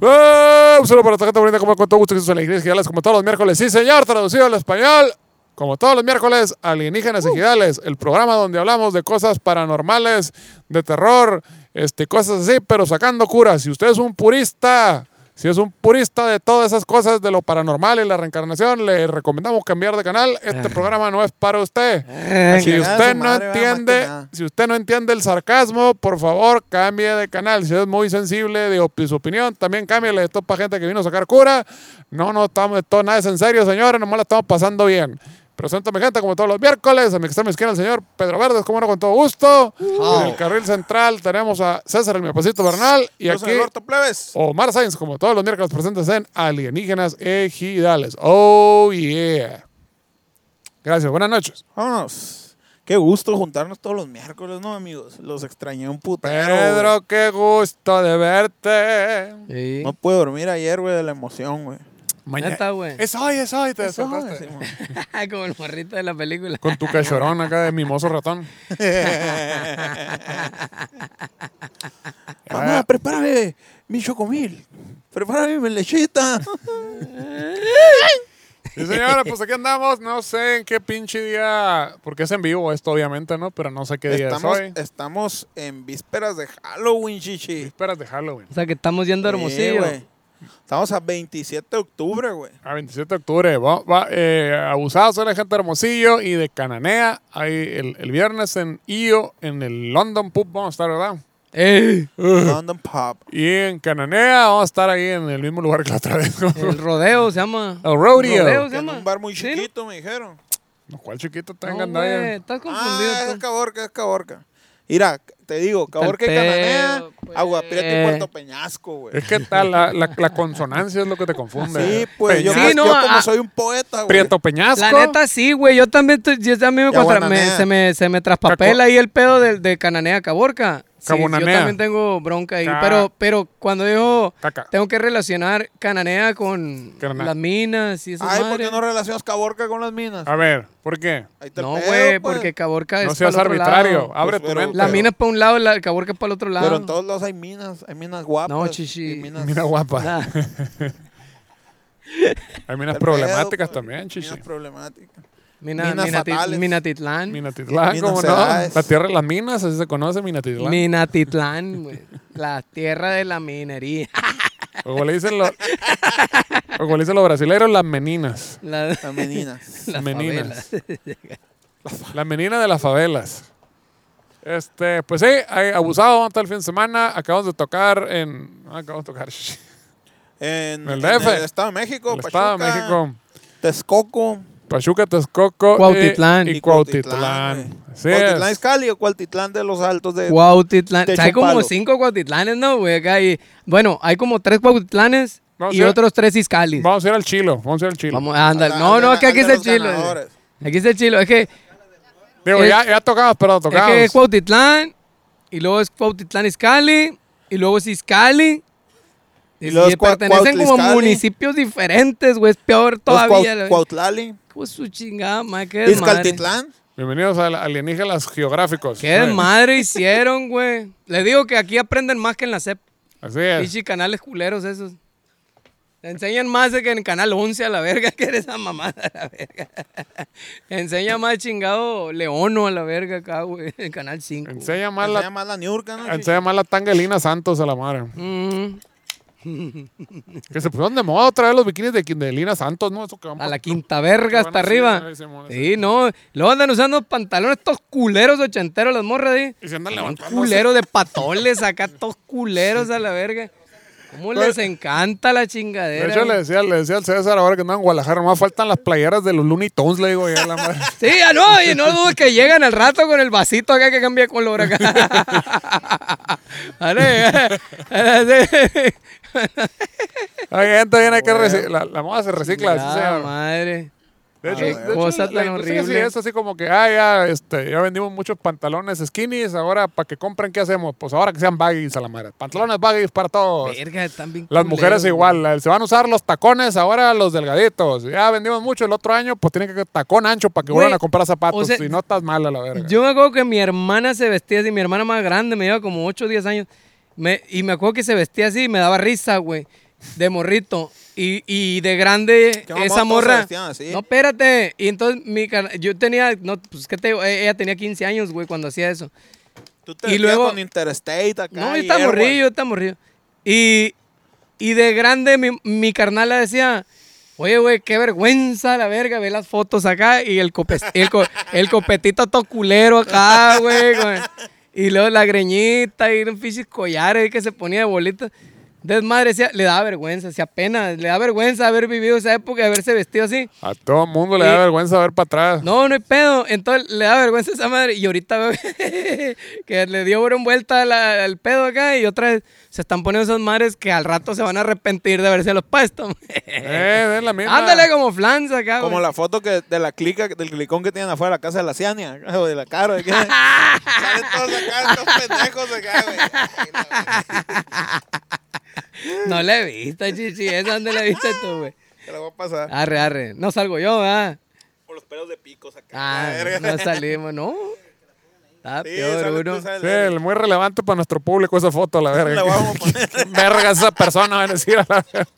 ¡Eh! Un saludo para Tarjeta Bonita, como con todo gusto que en la iglesia Gigales, como todos los miércoles. Sí, señor, traducido al español. Como todos los miércoles, Alienígenas y Gigales, el programa donde hablamos de cosas paranormales, de terror, este, cosas así, pero sacando curas. Si usted es un purista, si es un purista de todas esas cosas de lo paranormal y la reencarnación, le recomendamos cambiar de canal. Este programa no es para usted. Si Chingada usted su no madre, va, más que entiende, nada. si usted no entiende el sarcasmo, por favor, cambie de canal. Si es muy sensible de op- su opinión, también cámbiale. Esto es para gente que vino a sacar cura. No, no estamos, esto nada es en serio, señores. Nomás la estamos pasando bien. Presento a mi gente como todos los miércoles. A mi extrema izquierda el señor Pedro Verdes, como no, con todo gusto. En el carril central tenemos a César el Miapacito Bernal. Y Yo soy aquí Alberto Plebes. Omar Sainz, como todos los miércoles presentes en Alienígenas Ejidales. Oh, yeah. Gracias, buenas noches. Vámonos. Qué gusto juntarnos todos los miércoles, ¿no, amigos? Los extrañé un putero. güey. Pedro, qué gusto de verte. Sí. No pude dormir ayer, güey, de la emoción, güey. Neta, güey. Es hoy, es hoy, te Eso, güey, despertaste. Simón. Como el morrito de la película. Con tu cachorón acá de mimoso ratón. Ah. Mamá, prepárame mi chocomil. Prepárame mi lechita. Sí, señora, pues aquí andamos. No sé en qué pinche día, porque es en vivo esto, obviamente, ¿no? Pero no sé qué día estamos, es hoy. estamos en vísperas de Halloween, chichi. Vísperas de Halloween. O sea, que estamos yendo a Sí, Hermosillo. güey. Estamos a 27 de octubre, güey. A 27 de octubre, va, va, eh, abusados de la gente de Hermosillo y de Cananea. Ahí el, el viernes en IO, en el London Pub, vamos a estar, ¿verdad? ¡Ey! London Pop. Y en Cananea vamos a estar ahí en el mismo lugar que la otra vez. El rodeo se llama. El rodeo. se En llama. un bar muy ¿Sí, no? chiquito, me dijeron. Lo cual chiquito No, tengan güey, nadie. Estás confundido. Ah, es tú. Caborca, es Caborca. Mira, te digo, Caborca y pedo, Cananea, pues. Agua Prieta y Puerto Peñasco, güey. Es que está la, la, la consonancia es lo que te confunde. Sí, pues yo, Peña- Sí, pues, no, yo como ah. soy un poeta, güey. Prieto Peñasco. La neta sí, güey. Yo también, estoy- yo también me, Ya, contra- guananea. me- se, me, se me traspapela ahí el pedo de, de Cananea a Caborca. Sí, yo Cabonanea. también tengo bronca ahí. Ca- Pero, pero cuando digo, Caca. tengo que relacionar Cananea con Cana- las minas y esas Ay, ¿por madres. qué no relacionas Caborca con las minas? A ver, ¿por qué? Ahí está el No, pedo, güey, pues. porque Caborca No es seas para el otro arbitrario. lado. Abre Pues, tu pero- mente. La mina es para un lado, la Caborca es para el otro lado. Pero en todos lados hay minas, hay minas guapas. No, chichi. y Minas, Mina guapa. Nah. Ah, Hay Está minas el problemáticas pedo, pues. también, chichi. Minas problemáticas. Mina, Minas Minati- fatales. Minatitlán. Minatitlán, Minas ¿cómo no? Gerais. La tierra de las minas, así se conoce Minatitlán. Minatitlán, güey. La tierra de la minería. O como le dicen los, o como le dicen los brasileños, las meninas. La- Las meninas. las meninas. favelas. Las meninas de las favelas. Este, pues sí, hay abusado, vamos a estar el fin de semana. Acabamos de tocar en. ah, Acabamos de tocar. En En, El en DF. el Estado de México, el Estado Pachuca, de México. Texcoco. Pachuca, Texcoco. y- Cuautitlán. Y, Y Cuautitlán. Cuautitlán, eh. Así es. ¿Cuautitlán es Cali o Cuautitlán de los Altos de Cuautitlán. Eh, Techo Hay como palo. cinco Cuautitlanes, ¿no, güey? Acá y, bueno, hay como tres Cuautitlanes Vamos y a- otros tres Iscalis. Vamos a ir al Chilo. Vamos a ir al Chilo. Vamos, ándale. Al- No, al no, de- es que aquí al Ah, es de el los chilo. ganadores. Aquí es el chilo. Es que es, Digo, es- ya, ya tocamos, pero tocamos. que es Cuautitlán y luego es Cuautitlán Iscali y luego es Iscali. Y luego es sí, Cua- pertenecen como Cuautliscali. municipios diferentes, güey. Es peor Los todavía. la- Cuau- Cuautlali, Pues su chingada, madre, qué desmadre. Izcaltitlán. Bienvenidos a la- Alienígenas Geográficos. Qué desmadre hicieron, güey. Les digo que aquí aprenden más que en la CEP. Así es. Pichi canales culeros esos. Te enseñan más de que en Canal 11 a la verga que eres esa mamada a la verga. Te enseña más chingado Leono a la verga acá, güey. En Canal 5. Enseña más Se la, llama la Niurka, ¿no? chichi? enseña más la tanga de Lina Santos a la madre. Mm, Que se pusieron de moda otra vez los bikinis de, de Lina Santos, ¿no? Eso que vamos a la quinta verga hasta Bueno, sí, arriba. ahí se mueve. Sí, no. Luego andan usando pantalones estos culeros ochenteros las morras ahí. Y se andan Un levantando. culero de patoles acá, todos culeros a la verga. ¿Cómo les encanta la Pues, De chingadera? hecho, le güey? decía, le decía al César ahora que andan en Guadalajara, más faltan las playeras de los Looney Tunes, le digo ya la madre. Sí, ah, no, y no dudo que llegan al rato con el vasito acá que cambia de color acá. Vale, eh, eh, sí. Hay gente bien, hay que reci- la, la moda se recicla, así se Ya, llama. madre. De hecho, Qué de hecho, cosa la tan industria sí horrible. es así como que, ah, ya, este, ya vendimos muchos pantalones skinnies, ahora para que compren, ¿qué hacemos? Pues ahora que sean baggies a la madre. Pantalones baggies para todos. Verga, están bien Las culeros, mujeres güey. igual, la- se van a usar los tacones ahora los delgaditos. Ya vendimos mucho el otro año, pues tienen que tacón ancho para que Güey, vuelvan a comprar zapatos. o sea, si no estás mal a la verga. Yo me acuerdo que mi hermana se vestía así, mi hermana más grande, me lleva como 8 o 10 años. Me- y me acuerdo que se vestía así y me daba risa, güey. de morrito. Y, y de grande Qué mamón esa todo morra. Sebastián, sí. No, espérate. Y entonces mi carna- yo tenía, no, pues qué te digo, Eh, ella tenía 15 años, güey, cuando hacía eso. Tú te Y metías luego- con Interstate acá. No, y yo está Airway. morrillo, yo está morrillo. Y, y de grande mi, mi carnala decía, oye, güey, qué vergüenza la verga, ve las fotos acá y el, copes- el, co- el copetito todo culero acá, güey. güey. Y luego la greñita y un pinches collares ahí que se ponía de bolita. Entonces, madre, decía, le da vergüenza, se apenas, le da vergüenza haber vivido esa época y haberse vestido así. A todo mundo le da Y- vergüenza ver para atrás. No, no hay pedo. Entonces le da vergüenza a esa madre. Y ahorita veo que le dio una vuelta a la- al pedo acá y otra vez se están poniendo esas madres que al rato se van a arrepentir de haberse los puesto. Eh, es la misma. Ándale como flanza acá, güey. Como la foto que, de la clica, del clicón que tienen afuera de la casa de la Ciania, o de la Caro. de que- Salen todos acá, estos pendejos acá, güey. Ay, la verga, No la he visto, chichi. Esa dónde la viste tú, güey. Te la voy a pasar. Arre, arre. No salgo yo, ¿verdad? Por los pelos de picos acá. Ah, la verga. no salimos, no. Está Sí, peor sale tú, uno. sale Sí, él. el muy relevante para nuestro público esa foto, la verga. La vamos a poner. Qué verga esa persona van a decir a la verga.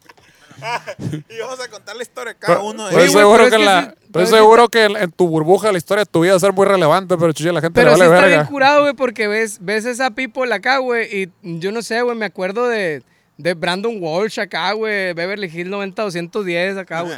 Y vamos a contar la historia de cada uno. eh. de Estoy ellos. güey, seguro pero es que, que la- sí- estoy pero es que seguro que en- en tu burbuja la historia de tu vida va a ser muy relevante, pero chucha, la gente Pero le sí vale está bien verga. curado, güey, porque ves, ves esa people acá, güey, y yo no sé, güey, me acuerdo de, de Brandon Walsh acá, güey, Beverly Hills 90210 acá, güey.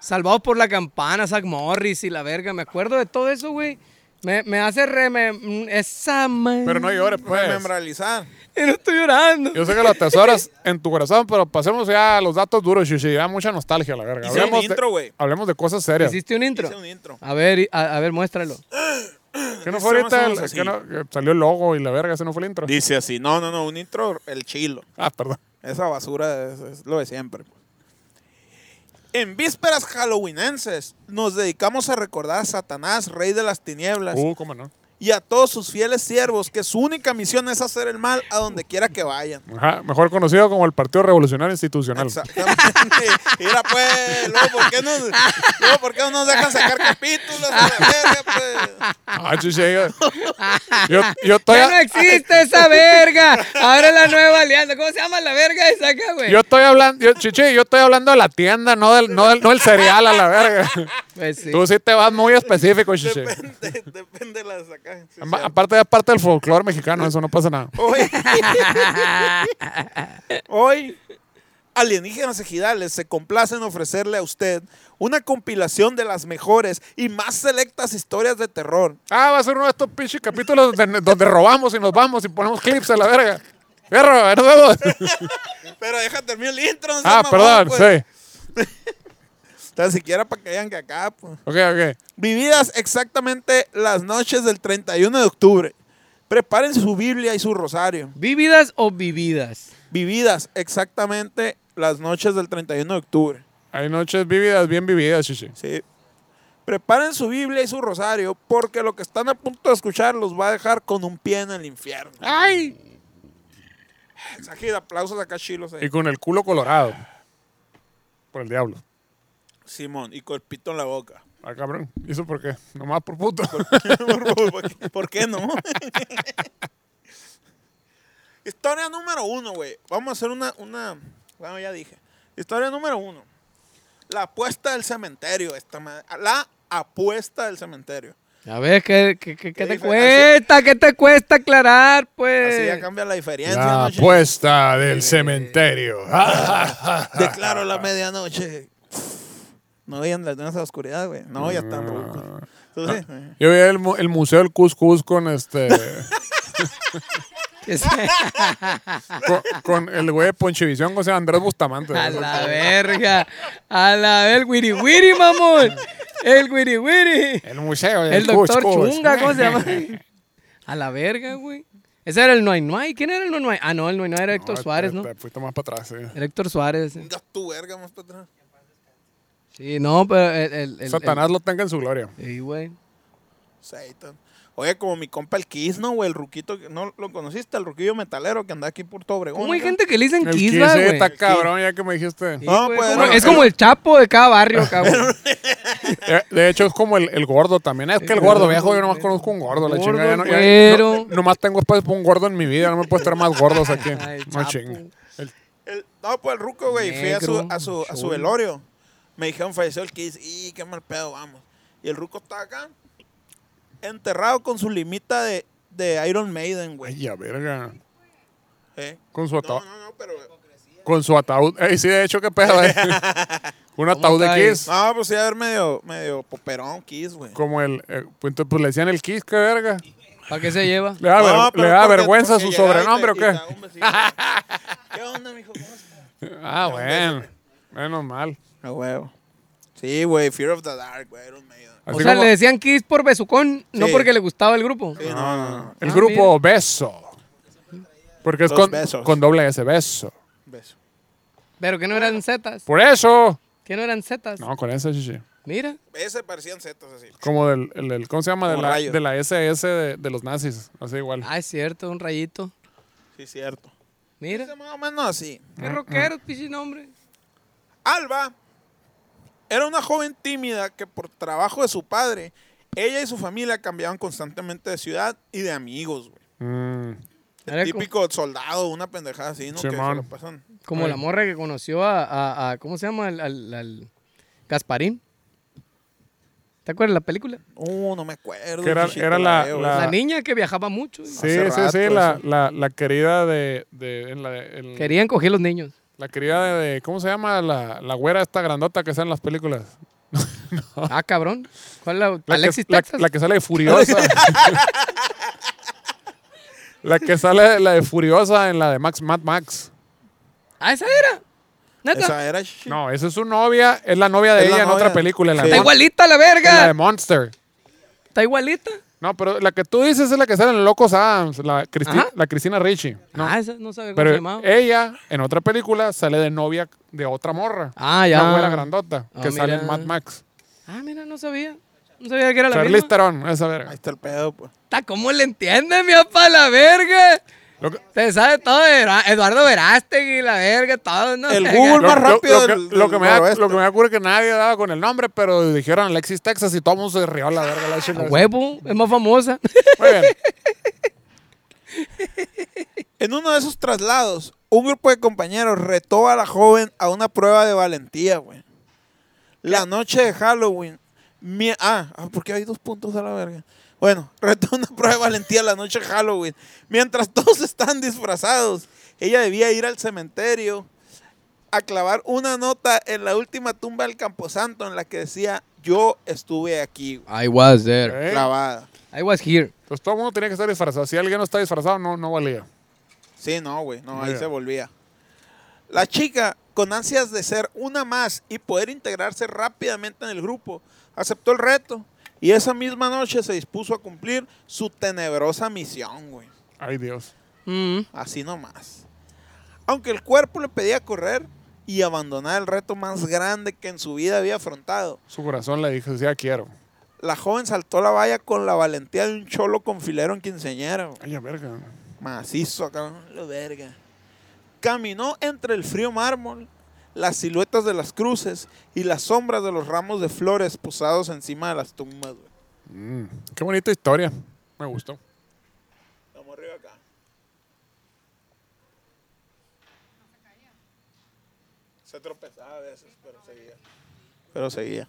Salvados por la campana, Zach Morris y la verga, me acuerdo de todo eso, güey. Me, me hace re... me- mm, esa man... Pero no llores, pues. Memoralizar. Y no estoy llorando. Yo sé que lo atesoras en tu corazón, pero pasemos ya a los datos duros, chuchi. Ya mucha nostalgia, la verga. Hice un intro, de, güey. hablemos de cosas serias. ¿Hiciste un intro? Hice un intro. A ver, y- a, a ver, muéstralo. Que no Hice fue ahorita más o el, menos así. que no- que salió el logo y la verga, ese no fue el intro. Dice así, no, no, no, un intro, el chilo. Ah, perdón. Esa basura es, es lo de siempre. pues. En vísperas halloweenenses nos dedicamos a recordar a Satanás, rey de las tinieblas, Uh, cómo no. y a todos sus fieles siervos, que su única misión es hacer el mal a donde quiera que vayan. Ajá, mejor conocido como el Partido Revolucionario Institucional. Exactamente. Mira, pues, luego, ¿por qué no, luego, ¿por qué no nos dejan sacar capítulos? A la verga, pues? Ah, chuchi, yo, yo, yo ¡Ya no todavía, existe esa verga! Ahora la nueva alianza. ¿Cómo se llama la verga esa acá, güey? yo estoy hablando, yo, chichi, yo estoy hablando de la tienda, no del, no del, no del cereal a la verga. Pues sí. Tú sí te vas muy específico, chichi. Depende, depende de las acá. sí, Ama- sí. Aparte, es parte del folclore mexicano, eso no pasa nada. Hoy, hoy, Alienígenas Ejidales se complace en ofrecerle a usted una compilación de las mejores y más selectas historias de terror. Ah, va a ser uno de estos pinches capítulos donde, donde robamos y nos vamos y ponemos clips a la verga. Fierro, nos vemos. Pero deja terminar el intro. no seas Ah, mamón, perdón, pues. sí. Tan siquiera para que vean que acá, pues. Ok, ok. Vividas exactamente las noches del 31 de octubre. Preparen su Biblia y su rosario. ¿Vívidas o vividas? Vividas exactamente las noches del 31 de octubre. Hay noches vívidas, bien vividas, chichi. Sí. Preparen su Biblia y su rosario, porque lo que están a punto de escuchar los va a dejar con un pie en el infierno. ¡Ay! Aquí aplausos acá, eh. chilos. ahí. Y con el culo colorado. Por el diablo. Simón, y con el pito en la boca. Ah, cabrón. ¿Y eso por qué? Nomás por puto. ¿Por qué- ¿Por qué no? Historia número uno, güey. Vamos a hacer una, una. Bueno, ya dije. Historia número uno. La apuesta del cementerio. Esta madre. La apuesta del cementerio. A ver, ¿qué, qué, qué, qué te Así- cuesta? ¿Qué te cuesta aclarar, Así ya pues? cambia la diferencia. La ¿no, Chilos? apuesta del cementerio. Declaro la medianoche. No veían las lunas a la oscuridad, güey. No, ya están rucos. ¿Tú sí? Yo vi el, mu- el Museo del Cuscus con este. Que se- con, con el güey de Ponchivisión, o sea, Andrés Bustamante. a la verga. A la ver, el wiri wiri, mamón. El wiri wiri. El museo del El doctor Cuscus. Chunga, ¿cómo se llama? A la verga, güey. Ese era el Noy Noy. ¿Quién era el Noy Noy? Ah, no, el Noy Noy era Héctor te- Suárez, ¿no? te fuiste más para atrás, sí. El Héctor Suárez. ese. Venga tú, verga, más para atrás. Sí, no, pero el. el- el- Satanás lo tenga en su gloria. el- Sí, güey. Satan. Oye, como mi compa el Kiss, ¿no, güey? El ruquito, que- ¿no lo conociste? El ruquillo metalero que anda aquí por todo Obregón. ¿Cómo hay acá. gente que le dicen El Kiss, Kiss va, sí, güey? está cabrón, ya que me dijiste. Ah, Sí, No, güey, pues, como- no, es no. como el chapo de cada barrio, cabrón. Eh, De hecho, es como el, el gordo también. Es que el gordo viejo, yo nomás conozco un gordo, la Gordo, chingada. ya no- ya- güero. no- nomás tengo espacio para un gordo en mi vida, no me puedo estar más gordos aquí. Ay, no chapo. chingo. El- El adoptado por el ruco, güey. Fui a su, Negro, a, su, a su chulo. velorio. Me dijeron, falleció el Kiss. Y qué mal pedo, vamos. Y el ruco está acá, enterrado con su limita de, de Iron Maiden, güey. Ay, a verga. ¿Eh? Con su No, ataúd. no, no, pero... Con su ataúd. Ey, sí, de hecho, qué pedo, eh. Un ataúd está de ahí? Kiss. No, pues iba a ver medio, medio poperón Kiss, güey. Como el. eh, pues, entonces, pues, le decían el Kiss, qué verga. ¿Para qué se lleva? Le da, Ah, ver- No, pero le da porque- vergüenza porque su llegaba y te- sobrenombre o y te qué. daba un besito. ¿Qué onda, mijo? ¿Cómo estás? Ah, bueno. Menos mal. A huevo. Sí, güey, Fear of the Dark, güey, Iron Maiden. O Así sea, como- le decían Kiss por besucón, no Sí. porque le gustaba el grupo. Sí, no, no, no. El Ah, grupo Beso. Porque es Los con, besos. con doble S, Beso. Beso. Pero que no eran Zetas. Por eso. Que no eran Zetas. No, con esa chichi. Mira. Ese parecían setas así. Como del, el- el- ¿cómo se llama? De Como la, rayos. de la SS de, de los nazis. Así igual. Ah, es cierto, un rayito. Sí, cierto. Ese Mira. Ah, más o menos así. Qué rockero, pichi nombre. Alba era una joven tímida que por trabajo de su padre, ella y su familia cambiaban constantemente de ciudad y de amigos, güey. Mm, Era El co- típico soldado, una pendejada así, ¿no? Que se Simón. lo pasan. Como eh. la morra que conoció a, a- a- ¿cómo se llama? Al, al- al Gasparín. ¿Te acuerdas de la película? Uh, no me acuerdo. Que era- chichito, era la- veo, la- La güey. niña que viajaba mucho. y Ah. Sí, Hace sí, sí. rato La, eso. la, la querida de. de- en la, en- Querían coger los niños. La querida de, de- ¿Cómo se llama? La, la güera esta grandota que sale en las películas. Ah, cabrón. ¿Cuál la, La Alexis que, la- Texas? la que sale de Furiosa. la que sale la de Furiosa en la de Max Mad Max. Ah, esa era. Neta. Esa era chi- No, esa es su novia. Es la novia de Es la ella en novia. otra película. en la, Sí. de Está Mon- igualita la en la de verga. Monster. Está igualita. No, pero la que tú dices es la que sale en Locos Adams. La, Cristi- Ajá. la Cristina Ricci. No. Ah, esa no sabe cómo se Pero llamaba. ella, en otra película, sale de novia de otra morra. ah, Una ya. güera grandota Ah, que sale en mira. Mad Max. Ah, mira, no sabía. No sabía que era la Charlize misma. Theron, esa verga. Ahí está el pedo, pues. Está, ¿Cómo le entiende, mi papá, la verga? Lo que- Te sabe todo de Vera- Eduardo Verástegui, la verga, todo. No El sé, Google ya- más rápido Lo, del- que, lo que del me da, noroeste. lo que me da cura es que nadie daba con el nombre, pero dijeron Alexis Texas y todo el mundo se rió a la verga. La A chingada. huevo, es más famosa. Muy bien. ¿eh? En uno de esos traslados, un grupo de compañeros retó a la joven a una prueba de valentía, güey. La noche de Halloween. mi- ah, ah, porque hay dos puntos a la verga. Bueno, retó a una prueba de valentía la noche de Halloween. Mientras todos están disfrazados, ella debía ir al cementerio a clavar una nota en la última tumba del Camposanto en la que decía, yo estuve aquí, güey", I was there. ¿Eh? clavada. I was here. Entonces todo el mundo tenía que estar disfrazado. Si alguien no está disfrazado, no, no valía. Sí, no, güey, no, ahí Mira. se volvía. La chica, con ansias de ser una más y poder integrarse rápidamente en el grupo, aceptó el reto y esa misma noche se dispuso a cumplir su tenebrosa misión, güey. Ay, Dios. Mm. Así nomás. Aunque el cuerpo le pedía correr y abandonar el reto más grande que en su vida había afrontado, Su corazón le dijo, decía, quiero. la joven saltó la valla con la valentía de un cholo con filero en quinceañera, güey. Ay, a verga. Macizo acá, lo verga. Caminó entre el frío mármol, las siluetas de las cruces y las sombras de los ramos de flores posados encima de las tumbas, güey. Mm, Qué bonita historia. Me gustó. Vamos arriba acá. Se tropezaba a veces, pero seguía. Pero seguía.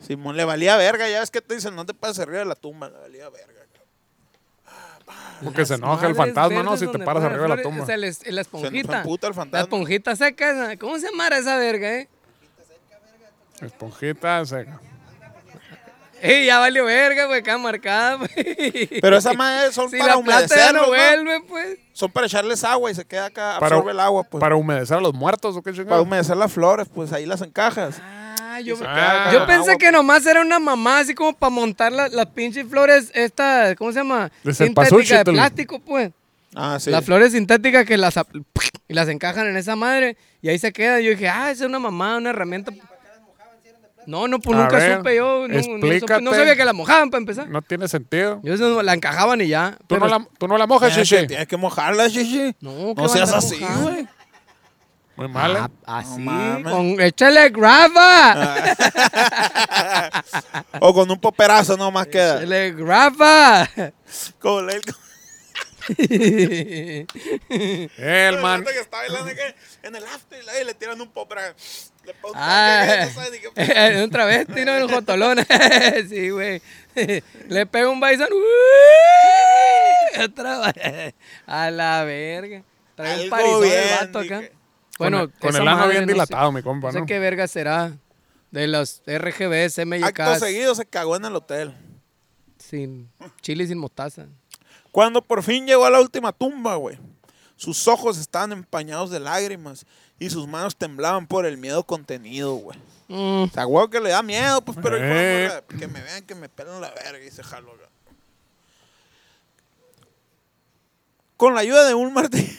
Simón le valía verga, ya ves que te dicen, no te pases arriba de la tumba, le valía verga. cabrón. Porque se Las enoja el madres fantasma, ¿no? verdes Si te donde paras ponen arriba de la flores, tumba. o sea, les- la esponjita. emputa el fantasma. La esponjita seca esa. ¿Cómo se llama esa verga, eh? Esponjita seca. Ey, ya valió verga, pues, acá marcada, pues. Pero esas madres son Si para la plata ya humedecerlo, no ¿no? vuelve, pues. Son para echarles agua y se queda acá, Para- absorbe el agua, pues. Para, Para humedecer a los muertos o qué chingada. humedecer las flores, pues ahí las encajas. Ah, yo, Ah. yo pensé Agua, que nomás era una mamá así como para montar la- las pinches flores, esta, ¿cómo se llama? De Sintética de cempasúchil. plástico, pues. Ah, sí. Las flores sintéticas que las, ap- y las encajan en esa madre y ahí se queda. Yo dije, ah, esa es una mamá, una herramienta. No, no, pues A nunca ver, supe yo. No, no supe- no explícate. sabía que la mojaban para empezar. No tiene sentido. Yo eso la encajaban y ya. Tú, pero- no la, tú no la mojas, Tienes que, Chiche. tienes que mojarlas, Shishi. no No, ¿qué va a seas andar así, mojando? güey. Muy mal, ¿eh? Ah, así, mames. con échale grava. Ah. O con un poperazo nomás queda. Échale grava. Como le- El El man. vato que está bailando acá en el after y le tiran un pop para- Le pa- Ah, no sabe ni qué- eh, un travesti, ¿no? En un jotolón. sí, güey. Le pega un baizón. Otra vez. A la verga. Trae un Algo parizón el bien, vato acá. dije. Bueno, con esa el ano madre, bien no sé- dilatado, mi compa, No sé ¿no? qué verga será. De los RGBs, Acto MYKs. seguido se cagó en el hotel. Sin chile y sin mostaza. Cuando por fin llegó a la última tumba, güey. Sus ojos estaban empañados de lágrimas y sus manos temblaban por el miedo contenido, güey. Mm. O sea, güey, que le da miedo, pues, pero el hijo de Eh. la morra, que me vean, que me pelan la verga y se jaló. güey. Con la ayuda de un martillo.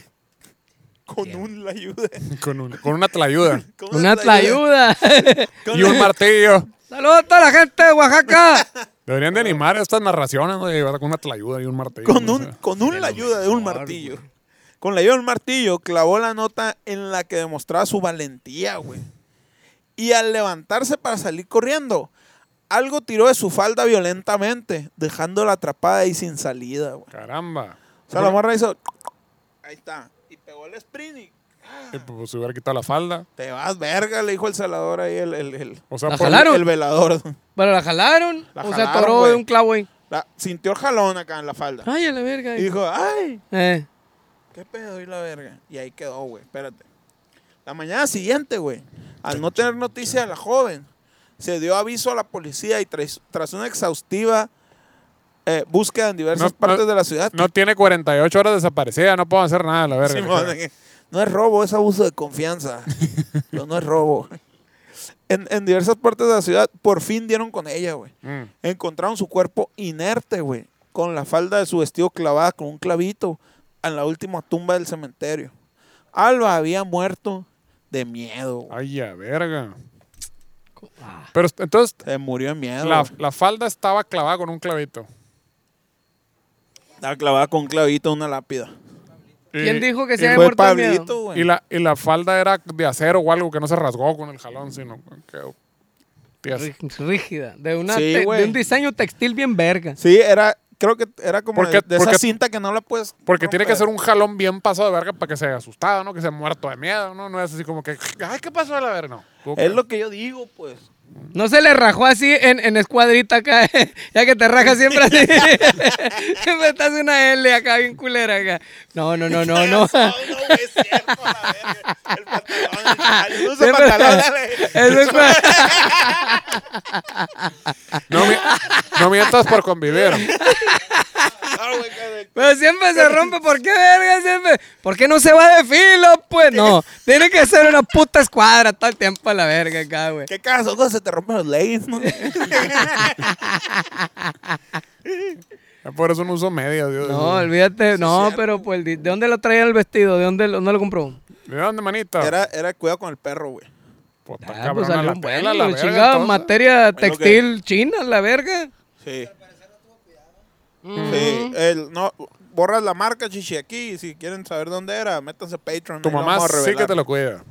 Con un la ayuda. Con, un- con una tlayuda. con Una tlayuda. Con y un la- martillo. Saludos a toda la gente de Oaxaca. Deberían de animar estas narraciones, ¿no? De llevar con una tlayuda y un martillo. Con no un, sé. con un la ayuda de un mejor, martillo. Con la ayuda de un martillo clavó la nota en la que demostraba su valentía, güey. Y al levantarse para salir corriendo, algo tiró de su falda violentamente, dejándola atrapada y sin salida, güey. Caramba. O sea, la morra hizo. Ahí está. Y pegó el sprint y. Eh, Pues se hubiera quitado la falda. Te vas, verga, le dijo el salador ahí, el, el, el, O sea, La por- jalaron. el velador. Bueno, la jalaron. La o se jalaron, atoró güey. de un clavo ahí. La- sintió el jalón acá en la falda. Ay, a la verga. Y dijo, ¡ay! Eh. ¿Qué pedo y la verga? Y ahí quedó, güey, espérate. La mañana siguiente, güey, al no tener noticia de la joven, se dio aviso a la policía y tras, tras una exhaustiva eh, búsqueda en diversas No- no- partes de la ciudad. No tiene 48 horas desaparecida, no puedo hacer nada, la verga. Simón, eh, no es robo, es abuso de confianza. Pero no es robo. En, en diversas partes de la ciudad, por fin dieron con ella, güey. Mm. Encontraron su cuerpo inerte, güey, con la falda de su vestido clavada con un clavito en la última tumba del cementerio. Alba había muerto de miedo, güey. Ay, a verga. Ah, Pero est- entonces, Se murió de miedo. la, güey. la falda estaba clavada con un clavito. Estaba clavada con un clavito en una lápida. Y- ¿Quién dijo que y se había fue- muerto de miedo? Pablito, güey. Y la, y la falda era de acero o algo que no se rasgó con el jalón, sino que tías. Rí- Rígida. De, una Sí, te- güey. de un diseño textil bien verga. Sí, era, creo que era como Porque- de, de esa porque- cinta que no la puedes. Porque tiene que ser romper. un jalón bien pasado de verga para que se haya asustado, ¿no? Que se haya muerto de miedo, ¿no? No es así como que, ay, ¿qué pasó a la verga? No. Tuvo que- Es lo que yo digo, pues. No se le rajó así en, en escuadrita acá. eh, ya que te rajas siempre así. siempre estás una L acá bien culera acá. No, no, no, no, no. Siempre- Eso es cua- No, mi- no mientas por convivir. Ah, Pero siempre se rompe. ¿Por qué verga siempre? ¿Por qué no se va de filo? Pues no. Tiene que ser una puta escuadra todo el tiempo a la verga acá, güey. ¿Qué caso? Cuando se te rompen los leggings, ¿no? Por eso no uso media, Dios. No, olvídate. No, pero pues, ¿de de dónde lo traía el vestido? ¿De dónde lo, no lo compró? ¿De dónde, manita? Era, era cuidado con el perro, güey. Puta, Ah, cabrón, pues a salió la un pela, a la bueno, verga, chingado, entonces. materia que- textil china, la verga. Sí. Mm. Sí, el- no, borras la marca, chichi, aquí. y Si quieren saber dónde era, métanse a Patreon. Tu ahí lo mamá vamos a sí que revelar. te lo cuida.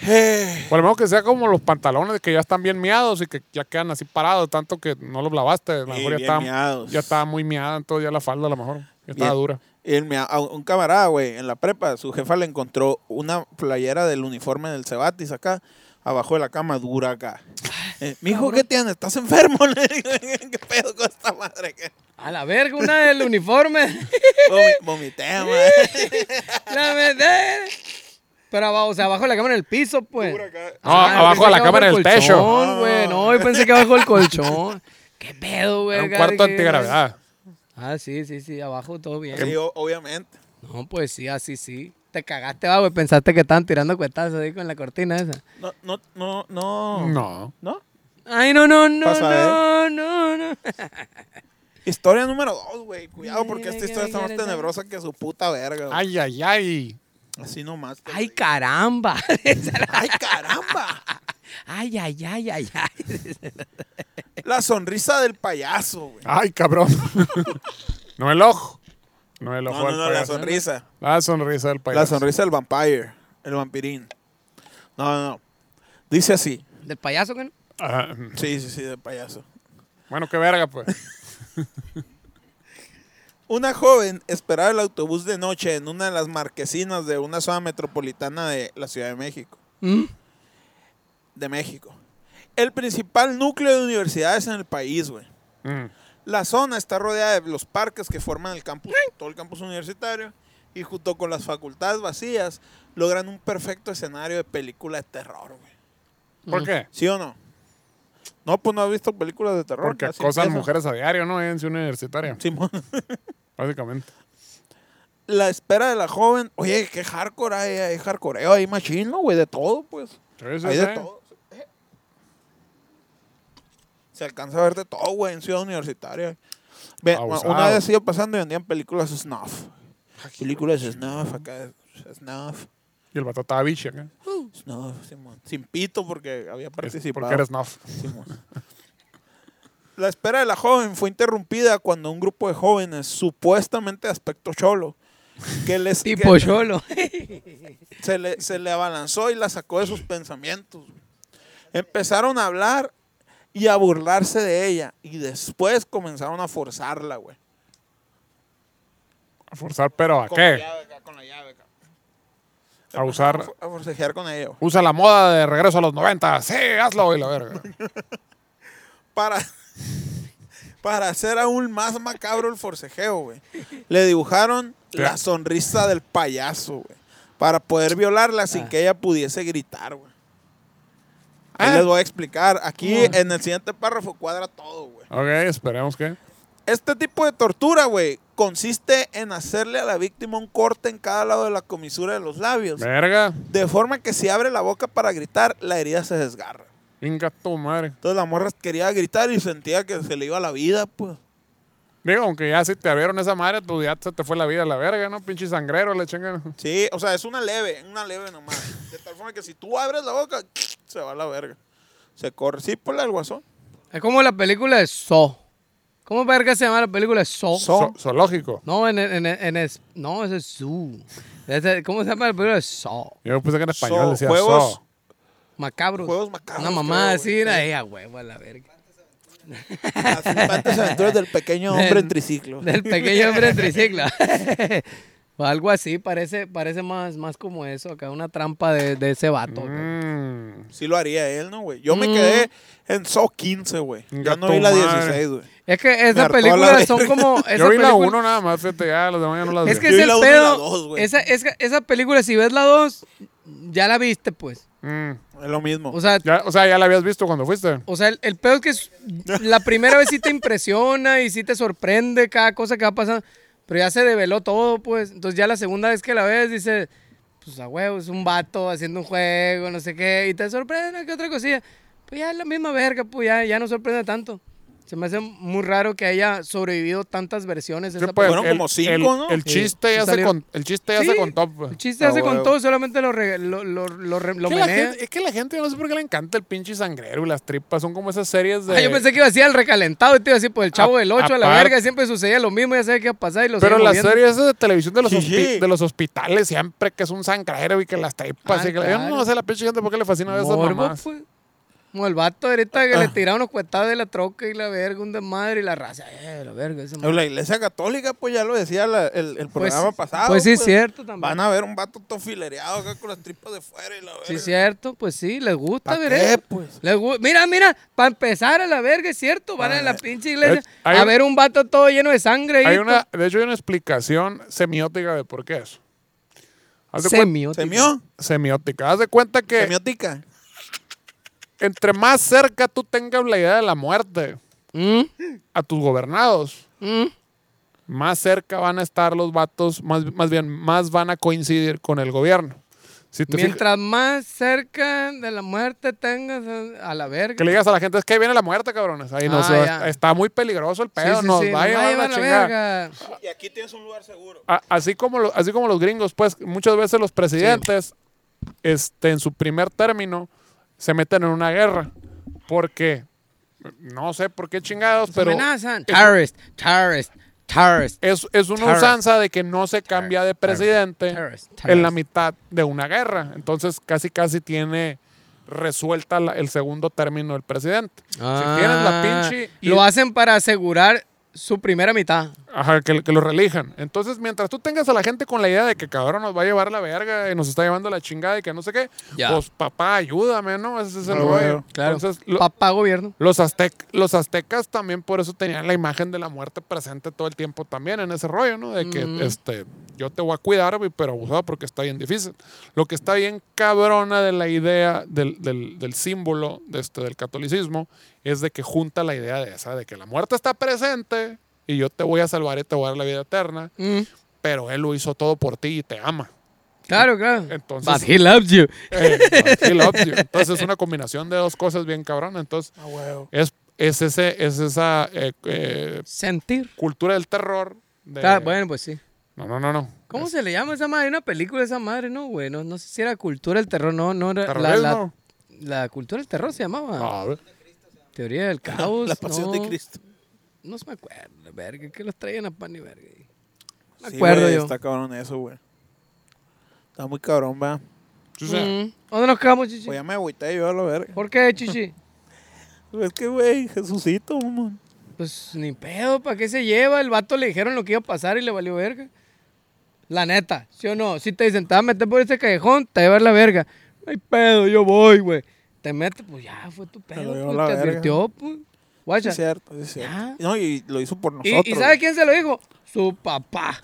Eh, O a lo mejor que sea como los pantalones que ya están bien miados y que ya quedan así parados, tanto que no los lavaste. A lo Sí, mejor ya bien estaba, miados. ya estaba muy miada, entonces ya la falda a lo mejor ya estaba Bien. dura. y el mia- a un un camarada, güey, en la prepa, su jefa le encontró una playera del uniforme del Cebatis acá, abajo de la cama, dura acá. Eh, Mijo, ¿qué tienes? ¿Estás enfermo? Le digo, ¿Qué pedo con esta madre? acá? A la verga, una del uniforme. Vomi- Vomité, madre. la verdad. Pero abajo, o sea, abajo de la cama en el piso, pues. Dura acá. Ah. No, abajo de pensé la que cama en el colchón, techo. güey. No, yo pensé que abajo del colchón. ¿Qué pedo, güey? Era un acá, cuarto dije, antigravedad. Ah, sí, sí, sí, abajo todo bien. Sí, o- obviamente. No, pues sí, así sí. Te cagaste, va, güey. Pensaste que estaban tirando cuetazos ahí con la cortina esa. No, no, no, no. No. ¿No? Ay, no, no, no, Pasa, ¿eh? no, no, no. Historia número dos, güey. Cuidado porque Ay, esta ay, historia ay, está más ay, tenebrosa que su puta verga. güey. Ay, ay, ay. Así nomás. te Ay, digo. caramba. ay, caramba. Ay, ay, ay, ay, ay. La sonrisa del payaso, güey. Ay, cabrón. no el ojo. No el No, ojo no, del no, la payaso. sonrisa. La sonrisa del payaso. La sonrisa del vampire, el vampirín. No, no, no. Dice así. ¿Del payaso que no? Ah, Sí, sí, sí, del payaso. bueno, qué verga, pues. Una joven esperaba el autobús de noche en una de las marquesinas de una zona metropolitana de la Ciudad de México. ¿Mm? De México. El principal núcleo de universidades en el país, güey. Mm. La zona está rodeada de los parques que forman el campus, todo el campus universitario y junto con las facultades vacías logran un perfecto escenario de película de terror, güey. Mm. ¿Por qué? ¿Sí o no? No, pues no has visto películas de terror. Porque casi acosan empieza. mujeres a diario, ¿no? En su universitaria, Simón. básicamente. La espera de la joven. Oye, qué hardcore hay, hay hardcoreo, hay machino, güey, de todo, pues. Sí, sí, Hay de sí. todo. Se alcanza a ver de todo, güey, en Ciudad Universitaria. Ve, Abusado. una vez iba pasando y vendían películas snuff. Ah, Películas snuff, acá, snuff, Y el vato estaba biche acá. snuff, Simón. Sin pito porque había Es participado. Porque eres nuff. Simón. La espera de la joven fue interrumpida cuando un grupo de jóvenes, supuestamente de aspecto cholo, que les que Tipo cholo. se, le, se le abalanzó y la sacó de sus pensamientos. Empezaron a hablar y a burlarse de ella. Y después comenzaron a forzarla, güey. A forzar, pero ¿a Con la qué? llave acá, con la llave acá. A usar... A forcejear con ella, güey. Usa la moda de regreso a los 90. Sí, hazlo y la verga. para, para hacer aún más macabro el forcejeo, güey. Le dibujaron la sonrisa del payaso, güey. Para poder violarla sin que ella pudiese gritar, güey. Ahí Ah. les voy a explicar. Aquí en el siguiente párrafo cuadra todo, güey. Ok, esperemos que. Este tipo de tortura, güey, consiste en hacerle a la víctima un corte en cada lado de la comisura de los labios. Verga. De forma que si abre la boca para gritar, la herida se desgarra. Inga tu madre. Entonces la morra quería gritar y sentía que se le iba la vida, pues. Digo, aunque ya si te abrieron esa madre, tu ya se te fue la vida a la verga, ¿no? Pinche sangrero, le chingan. Sí, o sea, es una leve, una leve nomás. De tal forma que si tú abres la boca, se va a la verga. Se corre. Sí, por el guasón. Es como la película de So. ¿Cómo verga se llama la película de So? Saw. No. Zo- zoológico. No, en, en, en, en es- no, ese es Zoo. Ese- ¿Cómo se llama la película de So? Yo pensé que en español Zo- decía juegos- zo. Macabros. Juegos macabros, Una mamá creo, así, güey. era ella, huevo, a la verga. Las flipantes aventuras del pequeño hombre en triciclo. Del pequeño hombre en triciclo. O algo así, parece, parece más, más como eso, acá una trampa de, de ese vato. acá. Mm. Sí lo haría él, ¿no, güey? Yo me quedé en So 15, güey. Ya Gato no vi la madre. 16, güey. Es que Me esas hartó la películas verga. son como... Yo esas vi la películas- 1 nada más, fíjate, ya las demás ya no las Es vi. que Yo es vi el la uno y la dos, pedo. güey. Esa, es, esa película, si ves la 2, ya la viste, pues. Mm. Es lo mismo. O sea, Ya, o sea, ya la habías visto cuando fuiste. o sea el, el pedo es que s- la primera vez sí te impresiona y sí te sorprende cada cosa que va pasando. Pero ya se develó todo, pues. Entonces ya la segunda vez que la ves, dices, pues a huevo, es un vato haciendo un juego, no sé qué. Y te sorprende que otra cosilla. Pues ya es la misma verga, pues ya, ya no sorprende tanto. Se me hace muy raro que haya sobrevivido tantas versiones. de Sí, esa pues, Fueron el- como cinco, el- ¿no? El Sí. chiste ya Sí se salieron. con- el chiste ya Sí, se contó. pues. El chiste Ah, hace con huevo. todo, solamente lo, re- lo, lo, lo, re- lo Que la menea. gente- es que la gente, yo no sé por qué le encanta el pinche sangrero y las tripas. Son como esas series de. Ah, yo pensé que iba a decir el recalentado y te iba a decir, pues el chavo A- del 8 a la aparte- verga, siempre sucedía lo mismo, ya sabía qué iba a pasar y lo Pero siguen las moviendo. series esas de televisión de los, Sí, hospi- sí. de los hospitales siempre que es un sangrero y que las tripas Ah, y que la- yo claro. no sé la pinche gente por qué le fascina a esas Ah. Morbo, mamás. pues. Como el vato ahorita que le tiraron los cuetados de la troca y la verga, un desmadre y la raza, eh, la verga, esa Pero madre. La iglesia católica, pues ya lo decía la- el, el Pues, programa pasado. pues sí, es cierto también. Van a ver un vato todo filereado acá con las tripas de fuera y la verga. Sí, cierto, pues sí, les gusta ¿Pa' ver qué, eso. pues? Les gu- mira, mira, para empezar a la verga, es cierto, van a la pinche iglesia Ah, Eh, hay a un- ver un vato todo lleno de sangre. ahí, pues, Hay una, de hecho, hay una explicación semiótica de por qué eso. Haz de pues. cuen- Semiótico. ¿Se mió? semiótica. Haz de cuenta ¿Se que miótica? entre más cerca tú tengas la idea de la muerte Mm, a tus gobernados, mm. más cerca van a estar los vatos, más, más bien, más van a coincidir con el gobierno. Si te fijas- Mientras más cerca de la muerte tengas eh, a la verga. Que le digas a la gente, es que ahí viene la muerte, cabrones. Ahí no Ah, se- ya. está muy peligroso el Sí, pedo, sí, nos sí, va a nos llevar la chingada. verga. Y aquí tienes un lugar seguro. A- así como lo- así como los gringos, pues muchas veces los presidentes este en su primer término se meten en una guerra porque no sé por qué chingados, Pero, pero amenazan. Terrorist, terrorist, terrorist. es, es una Terror. usanza de que no se cambia de presidente Terror. Terror. en la mitad de una guerra. Entonces casi casi tiene resuelta la- el segundo término del presidente. si tienes la Ah, pinche y- Lo hacen para asegurar su primera mitad. Ajá, que, que lo relijan. Entonces, mientras tú tengas a la gente con la idea de que cabrón nos va a llevar la verga y nos está llevando la chingada y que no sé qué, Ya. pues papá, ayúdame, ¿no? Ese es el Ah, rollo. bueno, claro. Entonces, lo- Papá gobierno. los, aztec- los aztecas también por eso tenían la imagen de la muerte presente todo el tiempo también en ese rollo, ¿no? De que Ujú. este, yo te voy a cuidar, güey, pero abusado porque está bien difícil. Lo que está bien cabrona de la idea del, del- del símbolo de este, del catolicismo es de que junta la idea de esa, de que la muerte está presente y yo te voy a salvar y te voy a dar la vida eterna, Mm, pero él lo hizo todo por ti y te ama. Claro, claro. Entonces, But he loves you. eh, but he loves you. Entonces es una combinación de dos cosas bien cabrona. Entonces Ah, huevo. es, es, ese, es esa eh, eh, Sentir. cultura del terror. de- Ah, bueno, pues sí. No, no, no, no. ¿Cómo Es se le llama esa madre? Hay una película de esa madre, ¿no, güey? No, no sé si era Cultura del Terror, no, no era. La, la, terrorismo? Ah. la Cultura del Terror se llamaba. A ver. Teoría del Caos. La pasión no, de Cristo. No se me acuerda, verga, que los traían a pan y verga. Me Sí, acuerdo güey, yo. Está cabrón eso, güey. Está muy cabrón, va. Sí, sí. Mm. ¿Dónde nos quedamos, Chichi? Pues ya me agüité yo a la verga. ¿Por qué, Chichi? Es que, güey, Jesucito, mamón. Pues ni pedo, ¿para qué se lleva? El vato le dijeron lo que iba a pasar y le valió verga. La neta, ¿sí o no? Si te dicen, te vas a meter por este callejón, te va a llevar la verga. No hay pedo, yo voy, güey. Te metes, pues ya, fue tu pedo. llevó pues, la te verga. advirtió, pues. Sí, Guacha. es cierto, sí, es cierto. Ya. No, y lo hizo por ¿Y, nosotros. ¿Y sabe quién se lo dijo? Su papá.